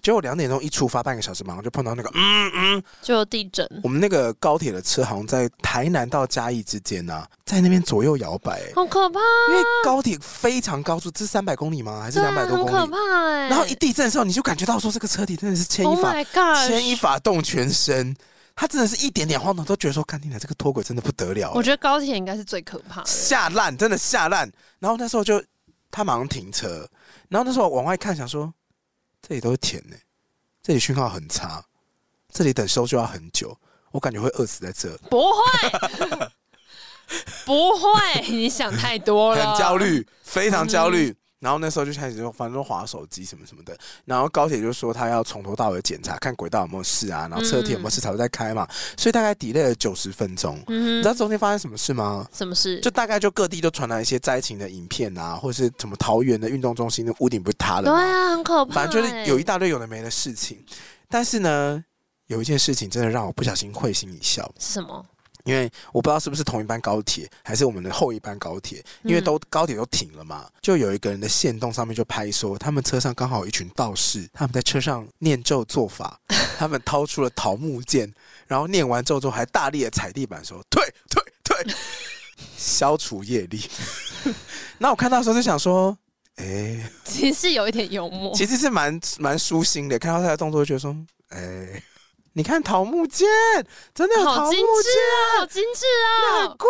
结果两点钟一出发，半个小时马上就碰到那个，嗯，就有地震，我们那个高铁的车好像在台南到嘉义之间呢、啊，在那边左右摇摆、欸好可怕，啊因为高铁非常高速，这三百公里吗？还是对啊，两百多很可公里？怕哎、然后一地震的时候，你就感觉到说这个车体真的是牵一 Oh 发 my god，牵一发动全身，它真的是一点点晃动都觉得说，看你俩这个脱轨真的不得了、我欸，觉得高铁应该是最可怕的。吓烂，真的吓烂。然后那时候就他马上停车，然后那时候我往外看，想说这里都是田呢、欸这里讯号很差，这里等搜救要很久，我感觉会饿死在这，不会，不会，你想太多了，很焦。虑，非常焦嗯虑。然后那时候就开始就反正就划手机什么什么的，然后高铁就说他要从头到尾检查，看轨道有没有事啊，然后车体有没有事才会再开嘛，所以大概 delay 了九十分钟。你嗯哼，知道中间发生什么事吗？什么事？就大概就各地就传来一些灾情的影片啊，或者是什么桃园的运动中心的屋顶不是塌了对吗？啊，很可怕、反正就是有一大堆有的没的事情。但是呢，有一件事情真的让我不小心会心一笑，是什么？因为我不知道是不是同一班高铁，还是我们的后一班高铁，因嗯为都、高铁都停了嘛，就有一个人的线动上面就拍说，他们车上刚好有一群道士，他们在车上念咒做法， 他们掏出了桃木剑，然后念完咒之后还大力的踩地板说退退 退，消除业力。 那我看到的时候就想说，哎、其实是有一点幽默，其实是蛮蛮舒心的，看到他的动作，觉得说，哎、你看桃木剑，真的有桃好木精致剑，啊，好精致那很哦。贵。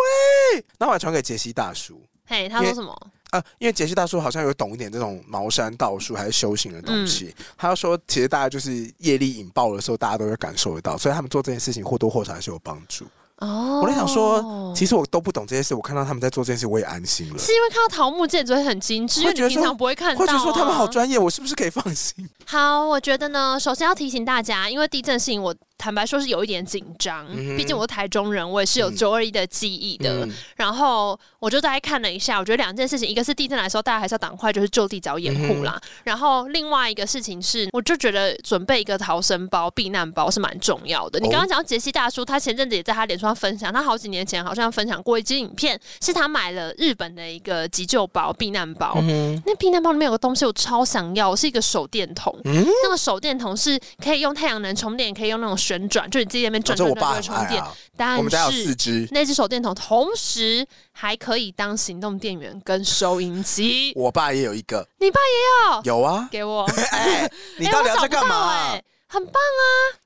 然后我还传给杰西大叔，嘿，他说什么？啊，因为杰西大叔好像有懂一点这种茅山道术还是修行的东西，他就说其实大家就是业力引爆的时候，大家都会感受得到，所以他们做这件事情或多或少还是有帮助。哦，我在想说，其实我都不懂这些事，我看到他们在做这件事，我也安心了。是因为看到桃木剑，所以很精致，因会为觉你得平说常不会看到、或啊。者说他们好专业，我是不是可以放心？好，我觉得呢，首先要提醒大家，因为地震事情，我坦白说是有一点紧张，嗯哼毕竟我是台中人，我也是有嗯九二一的记忆的。嗯然后我就大概看了一下，我觉得两件事情，一个是地震来的时候，大家还是要赶快就是就地找嗯掩护啦。然后另外一个事情是，我就觉得准备一个逃生包、避难包是蛮重要的。你哦刚刚讲到杰西大叔，他前阵子也在他脸书上分享，他好几年前好像分享过一支影片，是他买了日本的一个急救包、避难包。嗯那避难包里面有个东西我超想要，是一个手电筒。嗯那个手电筒是可以用太阳能充电，也可以用那种旋转，就你自己在那边反转正转哦我转爸转很充爱电。啊，我但们家有四是只。那只手电筒同时还可以当行动电源跟收音机。我爸也有一个，你爸也有？有啊。给 我，哎、你哎到我底要找在不到干嘛、啊哎很棒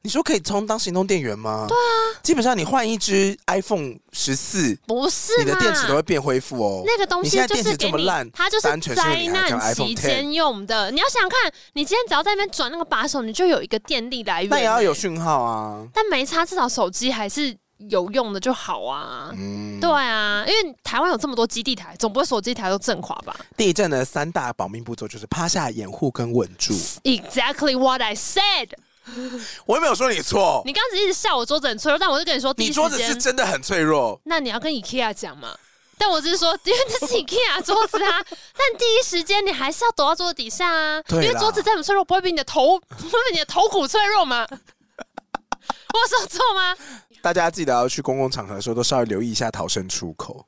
你说可以充当行动电源吗？对啊，基本上你换一只 iPhone 十四，不是你的嘛？电池都会变恢复哦。那个东你西现在就电是池给这么你烂，它就是单纯是灾你还讲难 iPhone 期间用的。你要想想看，你今天只要在那边转那个把手，你就有一个电力来源、那也要有哎讯号啊。但没差，至少手机还是有用的就好啊。嗯，对啊，因为台湾有这么多基地台，总不会所有基地台都正垮吧地震的三大保命步骤就是趴下、掩护跟稳住。 ？Exactly what I said。我又没有说你错，你刚刚只一直笑我桌子很脆弱，但我就跟你说，第你一桌时子是间，真的很脆弱。那你要跟 IKEA 讲嘛。但我只是说，因为 这是 IKEA 桌子啊，但第一时间你还是要躲到桌子底下啊，因对啦为桌子再怎么脆弱，不会比你的头， 不会比你的头骨脆弱嘛。 我说错吗？大家记得要去公共场合的时候，都稍微留意一下逃生出口。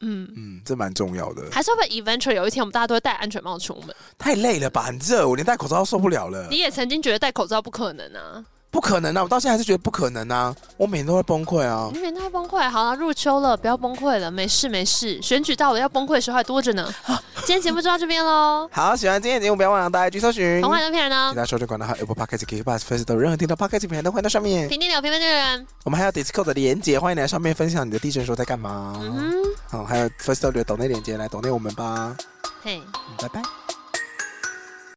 嗯嗯，这蛮重要的。还是会不会 eventually 有一天我们大家都会戴安全帽出门？太累了吧，很热，我连戴口罩都受不了了你。也曾经觉得戴口罩不可能啊，不可能啊！我到现在还是觉得不可能啊！我每天都会崩溃啊！你免太崩溃。好了，入秋了，不要崩溃了，没事没事。选举到了，要崩溃的时候还多着呢。啊今天节目就到这边喽，好，喜欢今天的节目，不要忘了大家去搜寻。童话的片哦呢其，他收听管道还有 Apple Podcast、k b u s 粉丝都有任何听到 Podcast 平台都欢迎到上面。评定了评分的人，我们还有 Discord 的连接，欢迎来上面分享你的地震时候在干嘛。嗯哼，好、还有 First Story 的抖内连接，来抖内我们吧。嘿。嗯拜拜。